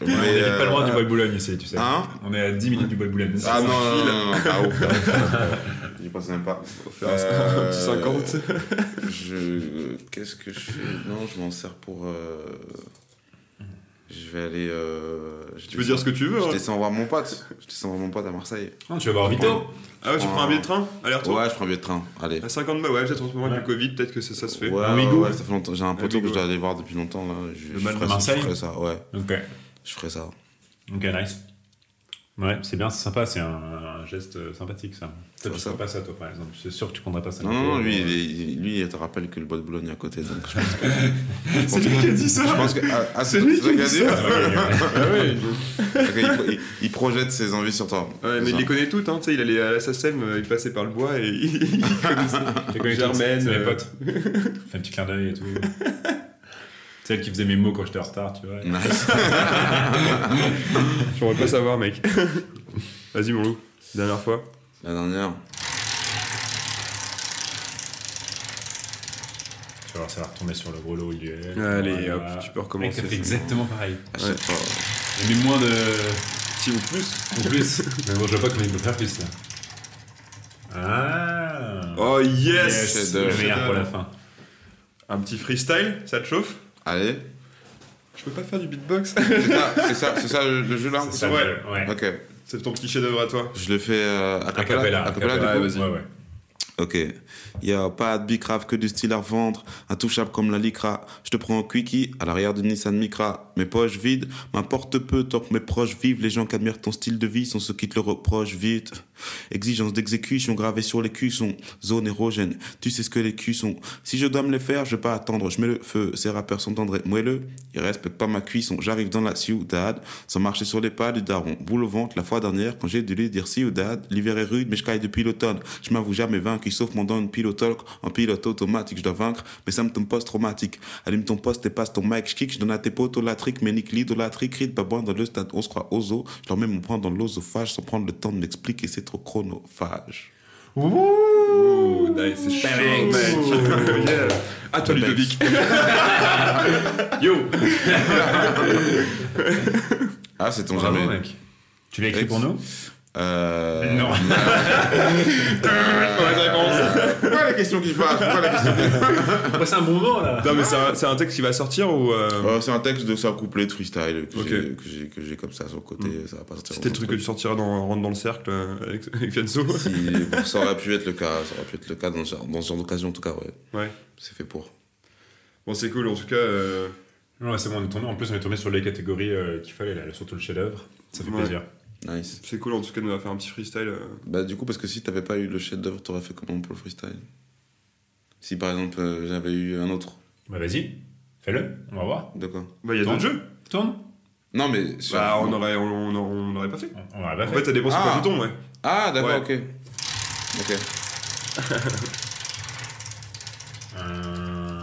Speaker 3: on est pas
Speaker 2: euh,
Speaker 3: loin du bois de Boulogne ici, tu sais.
Speaker 2: Hein
Speaker 3: on est à 10 minutes du bois de Boulogne.
Speaker 2: Ah non, non, non, non, pas ouf. pas ouf, pas ouf. J'y pense même pas.
Speaker 1: On va faire un
Speaker 2: Euh,
Speaker 1: petit 50.
Speaker 2: Je... Qu'est-ce que je fais Non, je m'en sers pour... euh, Je vais aller... euh, je
Speaker 1: Tu peux dire ce que tu veux.
Speaker 2: Je
Speaker 1: hein.
Speaker 2: descends voir mon pote. Je descends voir mon pote à Marseille.
Speaker 3: Non, tu vas voir Vito.
Speaker 1: Ah ouais, tu prends un billet de train Aller-retour
Speaker 2: Ouais, je prends un billet de train. Allez.
Speaker 1: À 50 balles, ouais, peut-être en ce moment avec
Speaker 3: Ouais.
Speaker 1: le Covid, peut-être que ça, ça se fait.
Speaker 2: Ouais,
Speaker 3: Un
Speaker 2: ouais,
Speaker 3: Ouïghour.
Speaker 2: ouais, ça fait longtemps. J'ai un poteau que
Speaker 1: Ouïghour.
Speaker 2: je dois aller voir depuis longtemps. Là. Je,
Speaker 1: Le
Speaker 2: je
Speaker 1: mal de
Speaker 2: ferai
Speaker 3: Marseille.
Speaker 2: Ça, je ferai ça, ouais.
Speaker 3: Ok.
Speaker 2: Je ferai ça.
Speaker 3: Ok, nice. Ouais, c'est bien, c'est sympa, c'est un, un geste euh, sympathique ça. Toi, tu
Speaker 2: ça.
Speaker 3: ferais pas ça toi par exemple, c'est sûr que tu prendrais pas ça.
Speaker 1: Ah,
Speaker 2: Non, non, non, lui, il, est- lui, il te rappelle que le bois de Boulogne est à côté. Donc je pense que.
Speaker 1: C'est lui qui a dit
Speaker 2: Je
Speaker 1: ça Ah
Speaker 2: pense que. Ah, ah,
Speaker 1: C'est lui
Speaker 2: toi
Speaker 1: qui a dit
Speaker 2: dit
Speaker 1: ça.
Speaker 2: Ok, il, il- il projette ses envies sur toi.
Speaker 1: Ouais, mais
Speaker 2: C'est
Speaker 1: il
Speaker 2: ça.
Speaker 1: les connaît toutes, hein. tu sais, il allait à la SACEM, euh, il passait par le bois et il Germaine,
Speaker 3: Germaine, mes
Speaker 1: euh,
Speaker 3: potes. Fais un petit clin d'œil et tout. Celle qui faisait mes mots quand j'étais en retard, tu vois.
Speaker 2: Nice.
Speaker 1: Je pourrais pas savoir, mec. Vas-y, mon loup. Dernière fois.
Speaker 2: La dernière.
Speaker 3: Tu vas voir, ça va retomber sur le gros lot, il est.
Speaker 1: Allez, hop, tu peux recommencer,
Speaker 3: Mec, t'as fait
Speaker 1: c'est
Speaker 3: exactement pareil.
Speaker 2: À chaque fois.
Speaker 3: Mais moins de.
Speaker 1: Si ou plus
Speaker 3: En plus. Mais bon, je vois pas comment il peut faire plus là. Ah
Speaker 1: Oh yes,
Speaker 3: Yes,
Speaker 2: chef-d'œuvre.
Speaker 3: le meilleur pour la fin.
Speaker 1: Un petit freestyle, ça te chauffe
Speaker 2: Allez.
Speaker 1: Je peux pas faire du beatbox
Speaker 2: C'est ça, c'est ça, c'est ça le, le jeu là
Speaker 1: C'est ça, Ah, ouais.
Speaker 3: ouais.
Speaker 2: Ok.
Speaker 1: C'est ton petit chef-d'œuvre à toi.
Speaker 2: Je le fais euh, à
Speaker 3: A
Speaker 2: cappella.
Speaker 3: cappella,
Speaker 2: A cappella,
Speaker 1: cappella,
Speaker 2: du coup
Speaker 1: vas-y.
Speaker 3: Ouais, ouais.
Speaker 2: Ok. Y'a pas de bicrave que du style à vendre. Intouchable comme la licra. Je te prends en quickie à l'arrière d'une Nissan Micra. Mes poches vides, m'importe peu tant que mes proches vivent. Les gens qui admirent ton style de vie sont ceux qui te le reprochent vite. Exigence d'exécution gravée sur les cuissons. Zone érogène, tu sais ce que les cuissons. Si je dois me les faire, je vais pas attendre. Je mets le feu, ces rappeurs sont tendres et moelleux. Ils respectent pas ma cuisson. J'arrive dans la ciudad, sans marcher sur les pas du daron. Boule au ventre, la fois dernière, quand j'ai dû lui dire ciudad, l'hiver est rude, mais je caille depuis l'automne. Je m'avoue jamais vaincu, sauf pendant une pilotalk, en pilote automatique. Je dois vaincre mes symptômes post-traumatiques. Allume ton poste et passe ton mic, je kick, je donne à tes potes au latrique, mais nique l'idolâtrie, crie de babouin dans le stade, on se croit aux os. Je leur mets mon point dans l'osophage sans prendre le temps de m'expliquer, c'est trop chronophage.
Speaker 1: Ouh, nice, c'est chaud, mec. Yeah. À toi,
Speaker 2: Thanks.
Speaker 1: Ludovic. Yo
Speaker 2: Ah, c'est ton
Speaker 3: Bravo,
Speaker 2: jamais.
Speaker 3: mec. Tu l'as écrit pour nous
Speaker 2: Euh,
Speaker 3: Non.
Speaker 1: Mauvaise réponse.
Speaker 2: C'est pas la question qui fâche, c'est pas la question qui-
Speaker 3: Bah, c'est un bon moment là.
Speaker 1: Non, mais c'est un, c'est un texte qui va sortir ou. euh,
Speaker 2: Euh, c'est un texte de ça couplé de freestyle que
Speaker 1: Ok. Hmm.
Speaker 2: j'ai- que j'ai- que j'ai comme ça sur le côté, ça va pas sortir.
Speaker 1: C'était le truc que tu sortiras dans Rentre dans le cercle euh, avec, avec Fianso.
Speaker 2: Si- bon, ça aurait pu être le cas, ça aurait pu être le cas dans ce genre, dans ce genre d'occasion en tout cas, ouais.
Speaker 1: Ouais.
Speaker 2: C'est fait pour.
Speaker 1: Bon, c'est cool, en tout cas. euh,
Speaker 3: Ouais, c'est bon, on est tombé. En plus, on est tombé sur les catégories euh, qu'il fallait là, surtout le chef-d'œuvre. Ça fait
Speaker 1: Ouais.
Speaker 3: plaisir.
Speaker 2: Nice.
Speaker 1: c'est cool, en tout cas, de nous faire un petit freestyle. euh.
Speaker 2: Bah du coup, parce que si t'avais pas eu le chef d'œuvre, t'aurais fait comment pour le freestyle Si par exemple euh, j'avais eu un autre,
Speaker 3: Bah vas-y, fais-le, on va voir.
Speaker 2: de quoi
Speaker 1: Bah, il y a
Speaker 3: Attends.
Speaker 1: d'autres jeux.
Speaker 3: Tourne.
Speaker 2: Non mais. sur-
Speaker 1: Bah, on aurait, on, on, on aurait pas fait.
Speaker 3: On- On va pas
Speaker 1: En
Speaker 3: fait.
Speaker 1: fait, ça dépend sur quoi
Speaker 2: Ah.
Speaker 1: tu tombes, ouais.
Speaker 2: Ah d'accord, ok. Ok.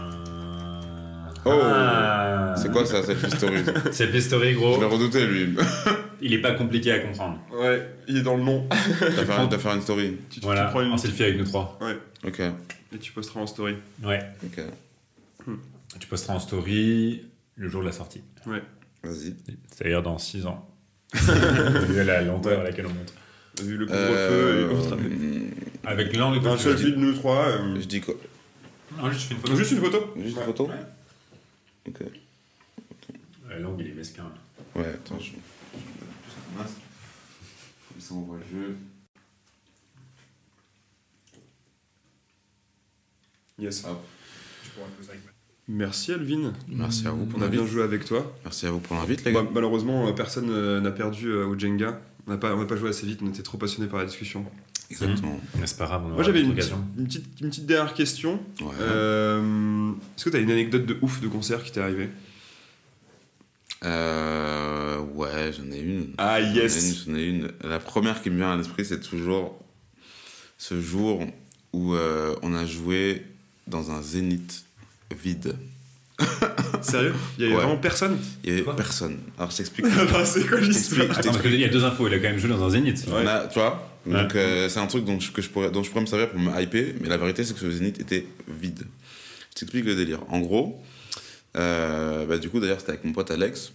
Speaker 3: Euh,
Speaker 2: Oh.
Speaker 3: ah.
Speaker 2: C'est quoi ça, cette story
Speaker 3: C'est le story
Speaker 2: Je l'ai
Speaker 3: gros.
Speaker 2: redouté lui.
Speaker 3: Il est pas compliqué à comprendre.
Speaker 1: Ouais, il est dans le nom.
Speaker 2: T'as fait, un- t'as fait une story.
Speaker 1: Tu, tu
Speaker 3: Voilà,
Speaker 1: prends une
Speaker 3: on selfie avec nous trois.
Speaker 2: Ok.
Speaker 1: et tu posteras en story.
Speaker 3: Ouais.
Speaker 2: Ok.
Speaker 3: Tu posteras en story le jour de la sortie.
Speaker 2: Vas-y.
Speaker 1: Hmm.
Speaker 3: C'est-à-dire dans 6 ans. Vu la lenteur à laquelle on monte.
Speaker 1: Vu le
Speaker 2: Euh,
Speaker 1: couvre-feu et
Speaker 3: Avec l'angle
Speaker 1: Un
Speaker 3: que tu
Speaker 1: selfie de nous trois. euh,
Speaker 2: Je dis quoi
Speaker 3: Non, juste fais une photo.
Speaker 1: Juste une photo
Speaker 2: Juste une photo
Speaker 3: Ouais.
Speaker 2: Ok.
Speaker 3: Ouais, L'angle il est mesquin.
Speaker 2: Ouais, attends, je. je mets un masque. Comme ça, on voit le jeu.
Speaker 1: Yes.
Speaker 2: Hop.
Speaker 1: Merci, Alvin.
Speaker 2: Merci à vous pour
Speaker 1: On a bien
Speaker 2: l'invite.
Speaker 1: joué avec toi.
Speaker 2: Merci à vous pour l'invite, les
Speaker 1: Bah,
Speaker 2: gars.
Speaker 1: malheureusement, euh, personne euh, n'a perdu euh, au Jenga. On n'a pas, on n'a pas joué assez vite, on était trop passionnés par la discussion.
Speaker 2: Exactement.
Speaker 3: Mais c'est pas grave, on aura
Speaker 1: Moi, j'avais
Speaker 3: d'autres
Speaker 1: une,
Speaker 3: occasions.
Speaker 1: petite- une petite, une petite dernière question.
Speaker 2: Ouais.
Speaker 1: Euh, Est-ce que tu as une anecdote de ouf de concert qui t'est arrivée
Speaker 2: Euh, ouais, j'en ai une.
Speaker 1: Ah,
Speaker 2: J'en ai une. j'en ai une. La première qui me vient à l'esprit, c'est toujours ce jour où euh, on a joué dans un zénith vide.
Speaker 1: Sérieux Il y avait
Speaker 2: Ouais.
Speaker 1: vraiment personne
Speaker 2: Il n'y avait
Speaker 3: Quoi
Speaker 2: personne. Alors, je t'explique.
Speaker 1: Attends, C'est quoi
Speaker 2: Je t'explique,
Speaker 1: l'histoire
Speaker 2: je
Speaker 3: Attends, parce
Speaker 2: t'explique.
Speaker 3: qu'il y a deux infos, il a quand même joué dans un zénith.
Speaker 2: On a- tu vois Donc, euh, c'est un truc dont je, que je pourrais, dont je pourrais me servir pour me hyper, mais la vérité, c'est que ce Zénith était vide. Je t'explique le délire. En gros, euh, bah, du coup, d'ailleurs, c'était avec mon pote Alex.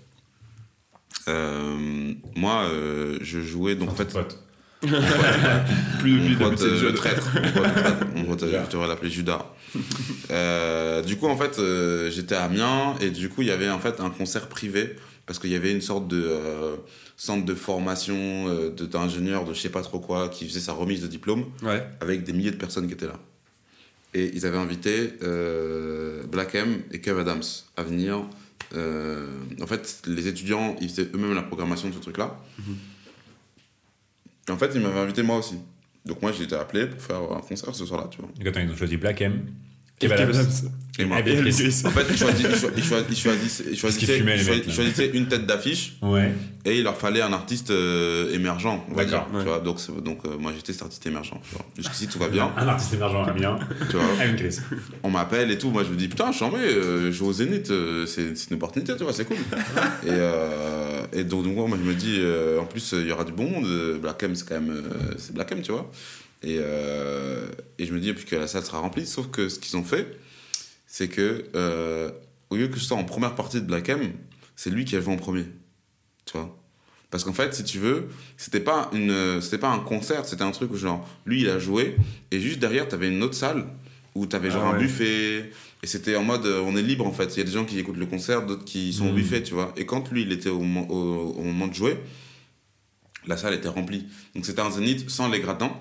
Speaker 2: Euh, moi, euh, je jouais donc en fait.
Speaker 3: Pote.
Speaker 1: Plus
Speaker 2: Mon
Speaker 1: depuis le début
Speaker 2: pote,
Speaker 1: de cette
Speaker 2: euh,
Speaker 1: jeune.
Speaker 2: traître. Mon pote, traître. Mon pote, euh, je devrais l'appeler Judas. Euh, du coup, en fait, euh, j'étais à Amiens et du coup, il y avait en fait un concert privé parce qu'il y avait une sorte de euh, centre de formation euh, de- d'ingénieurs, de je sais pas trop quoi, qui faisait sa remise de diplôme
Speaker 1: Ouais.
Speaker 2: avec des milliers de personnes qui étaient là. Et ils avaient invité euh, Black M et Kev Adams à venir. euh, en fait, les étudiants, ils faisaient eux-mêmes la programmation de ce truc-là. Et en fait, ils m'avaient invité moi aussi. Donc moi, j'ai été appelé pour faire un concert ce soir-là, tu vois.
Speaker 3: Donc attends, ils ont choisi Black M.
Speaker 1: Kev
Speaker 3: Kev Adams.
Speaker 1: Adams.
Speaker 2: Et moi,
Speaker 3: Abel Chris.
Speaker 2: en fait, ils choisissaient- ils cho- ils cho- ils choisissaient- ils
Speaker 3: Parce qu'ils
Speaker 2: choisissaient-
Speaker 3: fumaient, les
Speaker 2: ils cho-
Speaker 3: mecs,
Speaker 2: ils
Speaker 3: là.
Speaker 2: choisissaient une tête d'affiche
Speaker 3: Ouais.
Speaker 2: et il leur fallait un artiste euh, émergent, on va dire.
Speaker 3: D'accord,
Speaker 2: tu
Speaker 1: ouais.
Speaker 2: vois. donc c'est- donc euh, moi, j'étais cet artiste émergent. tu vois. Jusqu'ici, tout va bien.
Speaker 3: Un artiste émergent à Amiens.
Speaker 2: tu vois.
Speaker 3: À une crise.
Speaker 2: on m'appelle et tout. Moi, je me dis, putain, je suis en mai, euh, je joue au Zénith, euh, c'est c'est une opportunité, tu vois, c'est cool. et, euh, et donc, donc, moi, je me dis, euh, en plus, euh, il y aura du bon monde. euh, Black M, c'est quand même. euh, c'est Black M, tu vois. Et, euh, et je me dis, puis que la salle sera remplie. Sauf que ce qu'ils ont fait, c'est que, euh, au lieu que je sois en première partie de Black M, c'est lui qui a joué en premier. Tu vois Parce qu'en fait, si tu veux, c'était pas, une, c'était pas un concert, c'était un truc où genre, lui il a joué, et juste derrière, t'avais une autre salle où t'avais genre
Speaker 1: Ah
Speaker 2: un
Speaker 1: ouais.
Speaker 2: buffet, et c'était en mode euh, on est libre en fait. Il y a des gens qui écoutent le concert, d'autres qui sont au
Speaker 3: Mhm.
Speaker 1: Hmm.
Speaker 2: buffet, tu vois. Et quand lui il était au, mo- au- au moment de jouer, la salle était remplie. Donc c'était un zénith sans les gradins,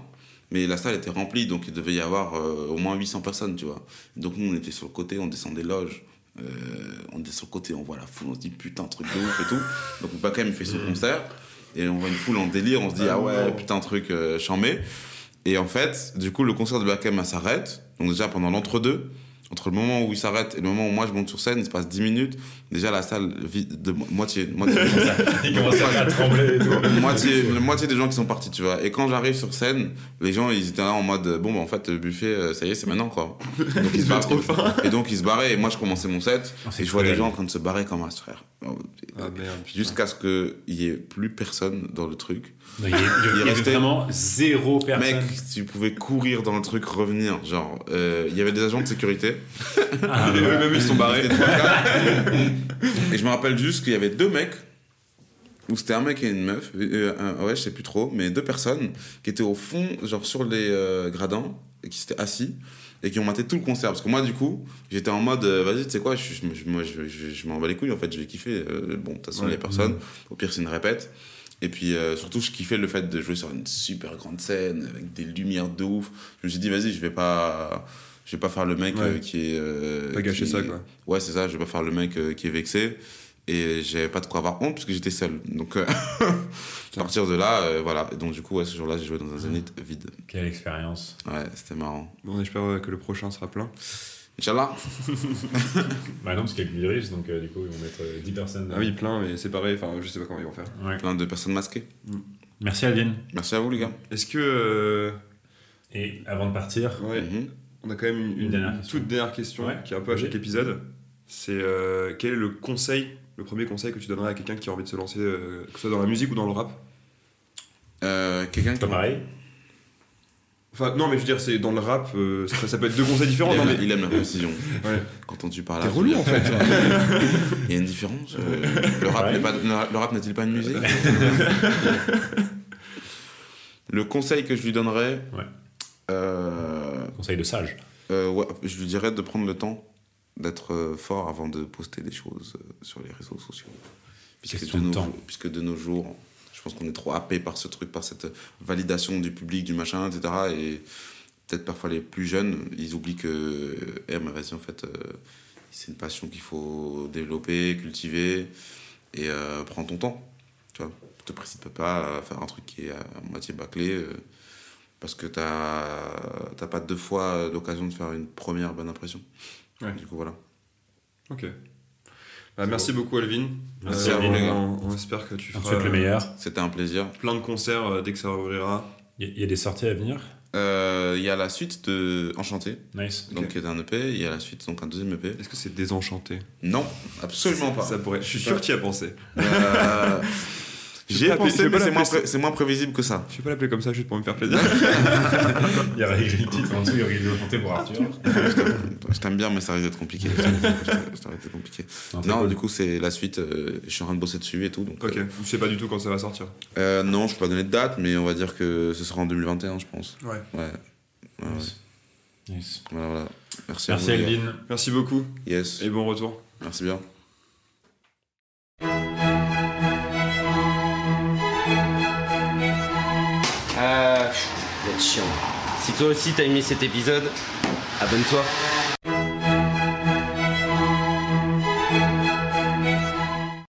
Speaker 2: mais la salle était remplie, donc il devait y avoir euh, au moins 800 personnes, tu vois. Donc nous on était sur le côté, on descend des loges. euh, on est sur le côté, on voit la foule, on se dit putain, truc de ouf et tout. Donc Bakam il fait son concert et on voit une foule en délire, on se dit Mm. ah ouais, putain, truc euh, charmé. Et en fait, du coup, le concert de Beckham elle s'arrête. Donc déjà, pendant l'entre-deux, entre le moment où il s'arrête et le moment où moi je monte sur scène, il se passe 10 minutes. Déjà, la salle vide de mo- moitié. moitié du concert.
Speaker 3: Il commençait à trembler et tout.
Speaker 2: moitié, la moitié des gens qui sont partis, tu vois. Et quand j'arrive sur scène, les gens, ils étaient là en mode bon, bah, en fait, le buffet, euh, ça y est, c'est maintenant, quoi. Donc ils se barraient.
Speaker 1: trop faim.
Speaker 2: Et donc ils se barraient. Et moi, je commençais mon set.
Speaker 3: Ah, c'est
Speaker 2: et je vois
Speaker 3: cruel.
Speaker 2: les gens en train de se barrer comme un frère.
Speaker 1: Ah merde. putain.
Speaker 2: Jusqu'à ce qu'il n'y ait plus personne dans le truc.
Speaker 3: Non, Il y a- il y a- il y avait
Speaker 2: restait-
Speaker 3: vraiment zéro personne.
Speaker 2: Mec, tu pouvais courir dans le truc, revenir. Genre, euh, il y avait des agents de sécurité.
Speaker 3: Ah,
Speaker 1: Et
Speaker 3: ouais.
Speaker 1: eux-mêmes, ils sont barrés.
Speaker 2: C'était trois gars. et je me rappelle juste qu'il y avait deux mecs, où c'était un mec et une meuf, euh, un- ouais, je sais plus trop, mais deux personnes qui étaient au fond, genre sur les euh, gradins, et qui s'étaient assis, et qui ont maté tout le concert. Parce que moi, du coup, j'étais en mode, euh, vas-y, tu sais quoi, je, je, je- moi, je, je- je m'en bats les couilles, en fait, je vais kiffer. Euh, bon, de toute façon,
Speaker 1: Ouais. Mhm.
Speaker 2: les personnes, au pire, c'est une répète. Et puis euh, surtout, je kiffais le fait de jouer sur une super grande scène avec des lumières de ouf. Je me suis dit, vas-y, je vais pas, je vais pas faire le mec
Speaker 1: Ouais.
Speaker 2: euh, qui est euh,
Speaker 1: Pas gâcher
Speaker 2: qui-
Speaker 1: ça, quoi.
Speaker 2: Ouais, c'est ça, je vais pas faire le mec euh, qui est vexé. Et j'avais pas de quoi avoir honte puisque j'étais seul. Donc, euh, à partir de là, euh, voilà. Et donc, du coup, ouais, ce jour-là, j'ai joué dans
Speaker 1: Mhm.
Speaker 2: un zénith vide.
Speaker 3: Quelle expérience.
Speaker 2: Ouais, c'était marrant.
Speaker 1: Bon, on espère euh, que le prochain sera plein.
Speaker 2: Inch'Allah
Speaker 3: Bah non, parce qu'il y a que virus, donc euh, du coup, ils vont mettre euh, 10 personnes.
Speaker 1: Ah oui, plein, mais c'est pareil, enfin, je sais pas comment ils vont faire.
Speaker 3: Ouais.
Speaker 2: Plein de personnes masquées.
Speaker 3: Merci, Alvin.
Speaker 2: Merci à vous, les gars.
Speaker 1: Est-ce que. euh,
Speaker 3: Et avant de partir,
Speaker 1: ouais,
Speaker 2: Mhm.
Speaker 1: on a quand même une,
Speaker 3: Une dernière
Speaker 1: une
Speaker 3: question.
Speaker 1: toute dernière question
Speaker 3: Ouais.
Speaker 1: qui est un peu à chaque
Speaker 3: Vas-y.
Speaker 1: épisode. C'est euh, quel est le conseil, le premier conseil que tu donnerais à quelqu'un qui a envie de se lancer, euh, que ce soit dans la musique ou dans le rap
Speaker 2: Euh, Quelqu'un qui.
Speaker 3: c'est pas pareil.
Speaker 1: Enfin, non, mais je veux dire, c'est dans le rap, euh, ça, ça peut être deux conseils
Speaker 2: Il
Speaker 1: différents.
Speaker 2: aime,
Speaker 1: non,
Speaker 2: la-
Speaker 1: mais-
Speaker 2: il aime la précision.
Speaker 1: Ouais.
Speaker 2: Quand on tu parles
Speaker 1: T'es relou, en fait.
Speaker 2: Il y a une différence. euh, le rap
Speaker 3: Ouais.
Speaker 2: n'est pas- le rap n'est-il pas une musique Le conseil que je lui donnerais,
Speaker 3: Ouais.
Speaker 2: euh,
Speaker 3: Conseil de sage.
Speaker 2: euh, ouais, je lui dirais de prendre le temps d'être euh, fort avant de poster des choses euh, sur les réseaux sociaux. Puisque
Speaker 3: Question
Speaker 2: de,
Speaker 3: de
Speaker 2: nos,
Speaker 3: temps.
Speaker 2: puisque de nos jours, je pense qu'on est trop happé par ce truc, par cette validation du public, du machin, etc. Et peut-être parfois les plus jeunes, ils oublient que, euh, eh, mais vas-y, en fait, euh, c'est une passion qu'il faut développer, cultiver, et euh, prends ton temps. Tu vois, te précipite pas à faire un truc qui est à moitié bâclé, euh, parce que t'as t'as pas deux fois euh, l'occasion de faire une première bonne impression.
Speaker 1: Ouais.
Speaker 2: Du coup, voilà.
Speaker 1: Ok. Bah, merci beaucoup, Alvin.
Speaker 3: Merci,
Speaker 1: Euh,
Speaker 2: à vous, les gars.
Speaker 1: on, on espère que tu
Speaker 3: On te
Speaker 1: feras
Speaker 3: souhaite le meilleur.
Speaker 2: C'était un plaisir.
Speaker 1: plein de concerts euh, dès que ça ouvrira.
Speaker 3: Il y, a- il y a des sorties à venir.
Speaker 2: Euh, Il y a la suite de Enchanté,
Speaker 3: Nice.
Speaker 2: donc qui est un EP, il y a la suite, donc un deuxième EP.
Speaker 1: Est-ce que c'est désenchanté
Speaker 2: Non, absolument pas.
Speaker 1: Ça pourrait. Je suis sûr que tu y as pensé.
Speaker 2: Euh,
Speaker 1: Je
Speaker 2: J'y
Speaker 1: peux pas
Speaker 2: ai
Speaker 1: appeler- je
Speaker 2: pensé,
Speaker 1: peux
Speaker 2: mais
Speaker 1: pas
Speaker 2: c'est moins,
Speaker 1: l'appeler-
Speaker 2: pré- c'est moins prévisible que ça.
Speaker 1: Je vais pas l'appeler comme ça juste pour me faire plaisir.
Speaker 3: Il y a écrit le titre en dessous, il y aurait le chanté pour Arthur.
Speaker 2: Je t'aime bien, mais ça risque d'être compliqué. Ça risque d'être compliqué.
Speaker 3: Non, c'est
Speaker 2: Non,
Speaker 3: cool.
Speaker 2: du coup, c'est la suite. euh, je suis en train de bosser dessus et tout. Donc,
Speaker 1: ok.
Speaker 2: euh,
Speaker 1: Je sais pas du tout quand ça va sortir.
Speaker 2: euh, non, je peux pas donner de date, mais on va dire que ce sera en 2021, je pense.
Speaker 1: Ouais.
Speaker 2: Ouais. Ouais, ouais.
Speaker 3: Nice.
Speaker 2: Voilà, voilà. Merci, à
Speaker 3: Merci,
Speaker 2: vous, les gars.
Speaker 3: Alvin.
Speaker 1: Merci beaucoup
Speaker 2: Yes.
Speaker 1: et bon retour.
Speaker 2: Merci bien.
Speaker 5: Ah, vous êtes chiant. Si toi aussi t'as aimé cet épisode, abonne-toi.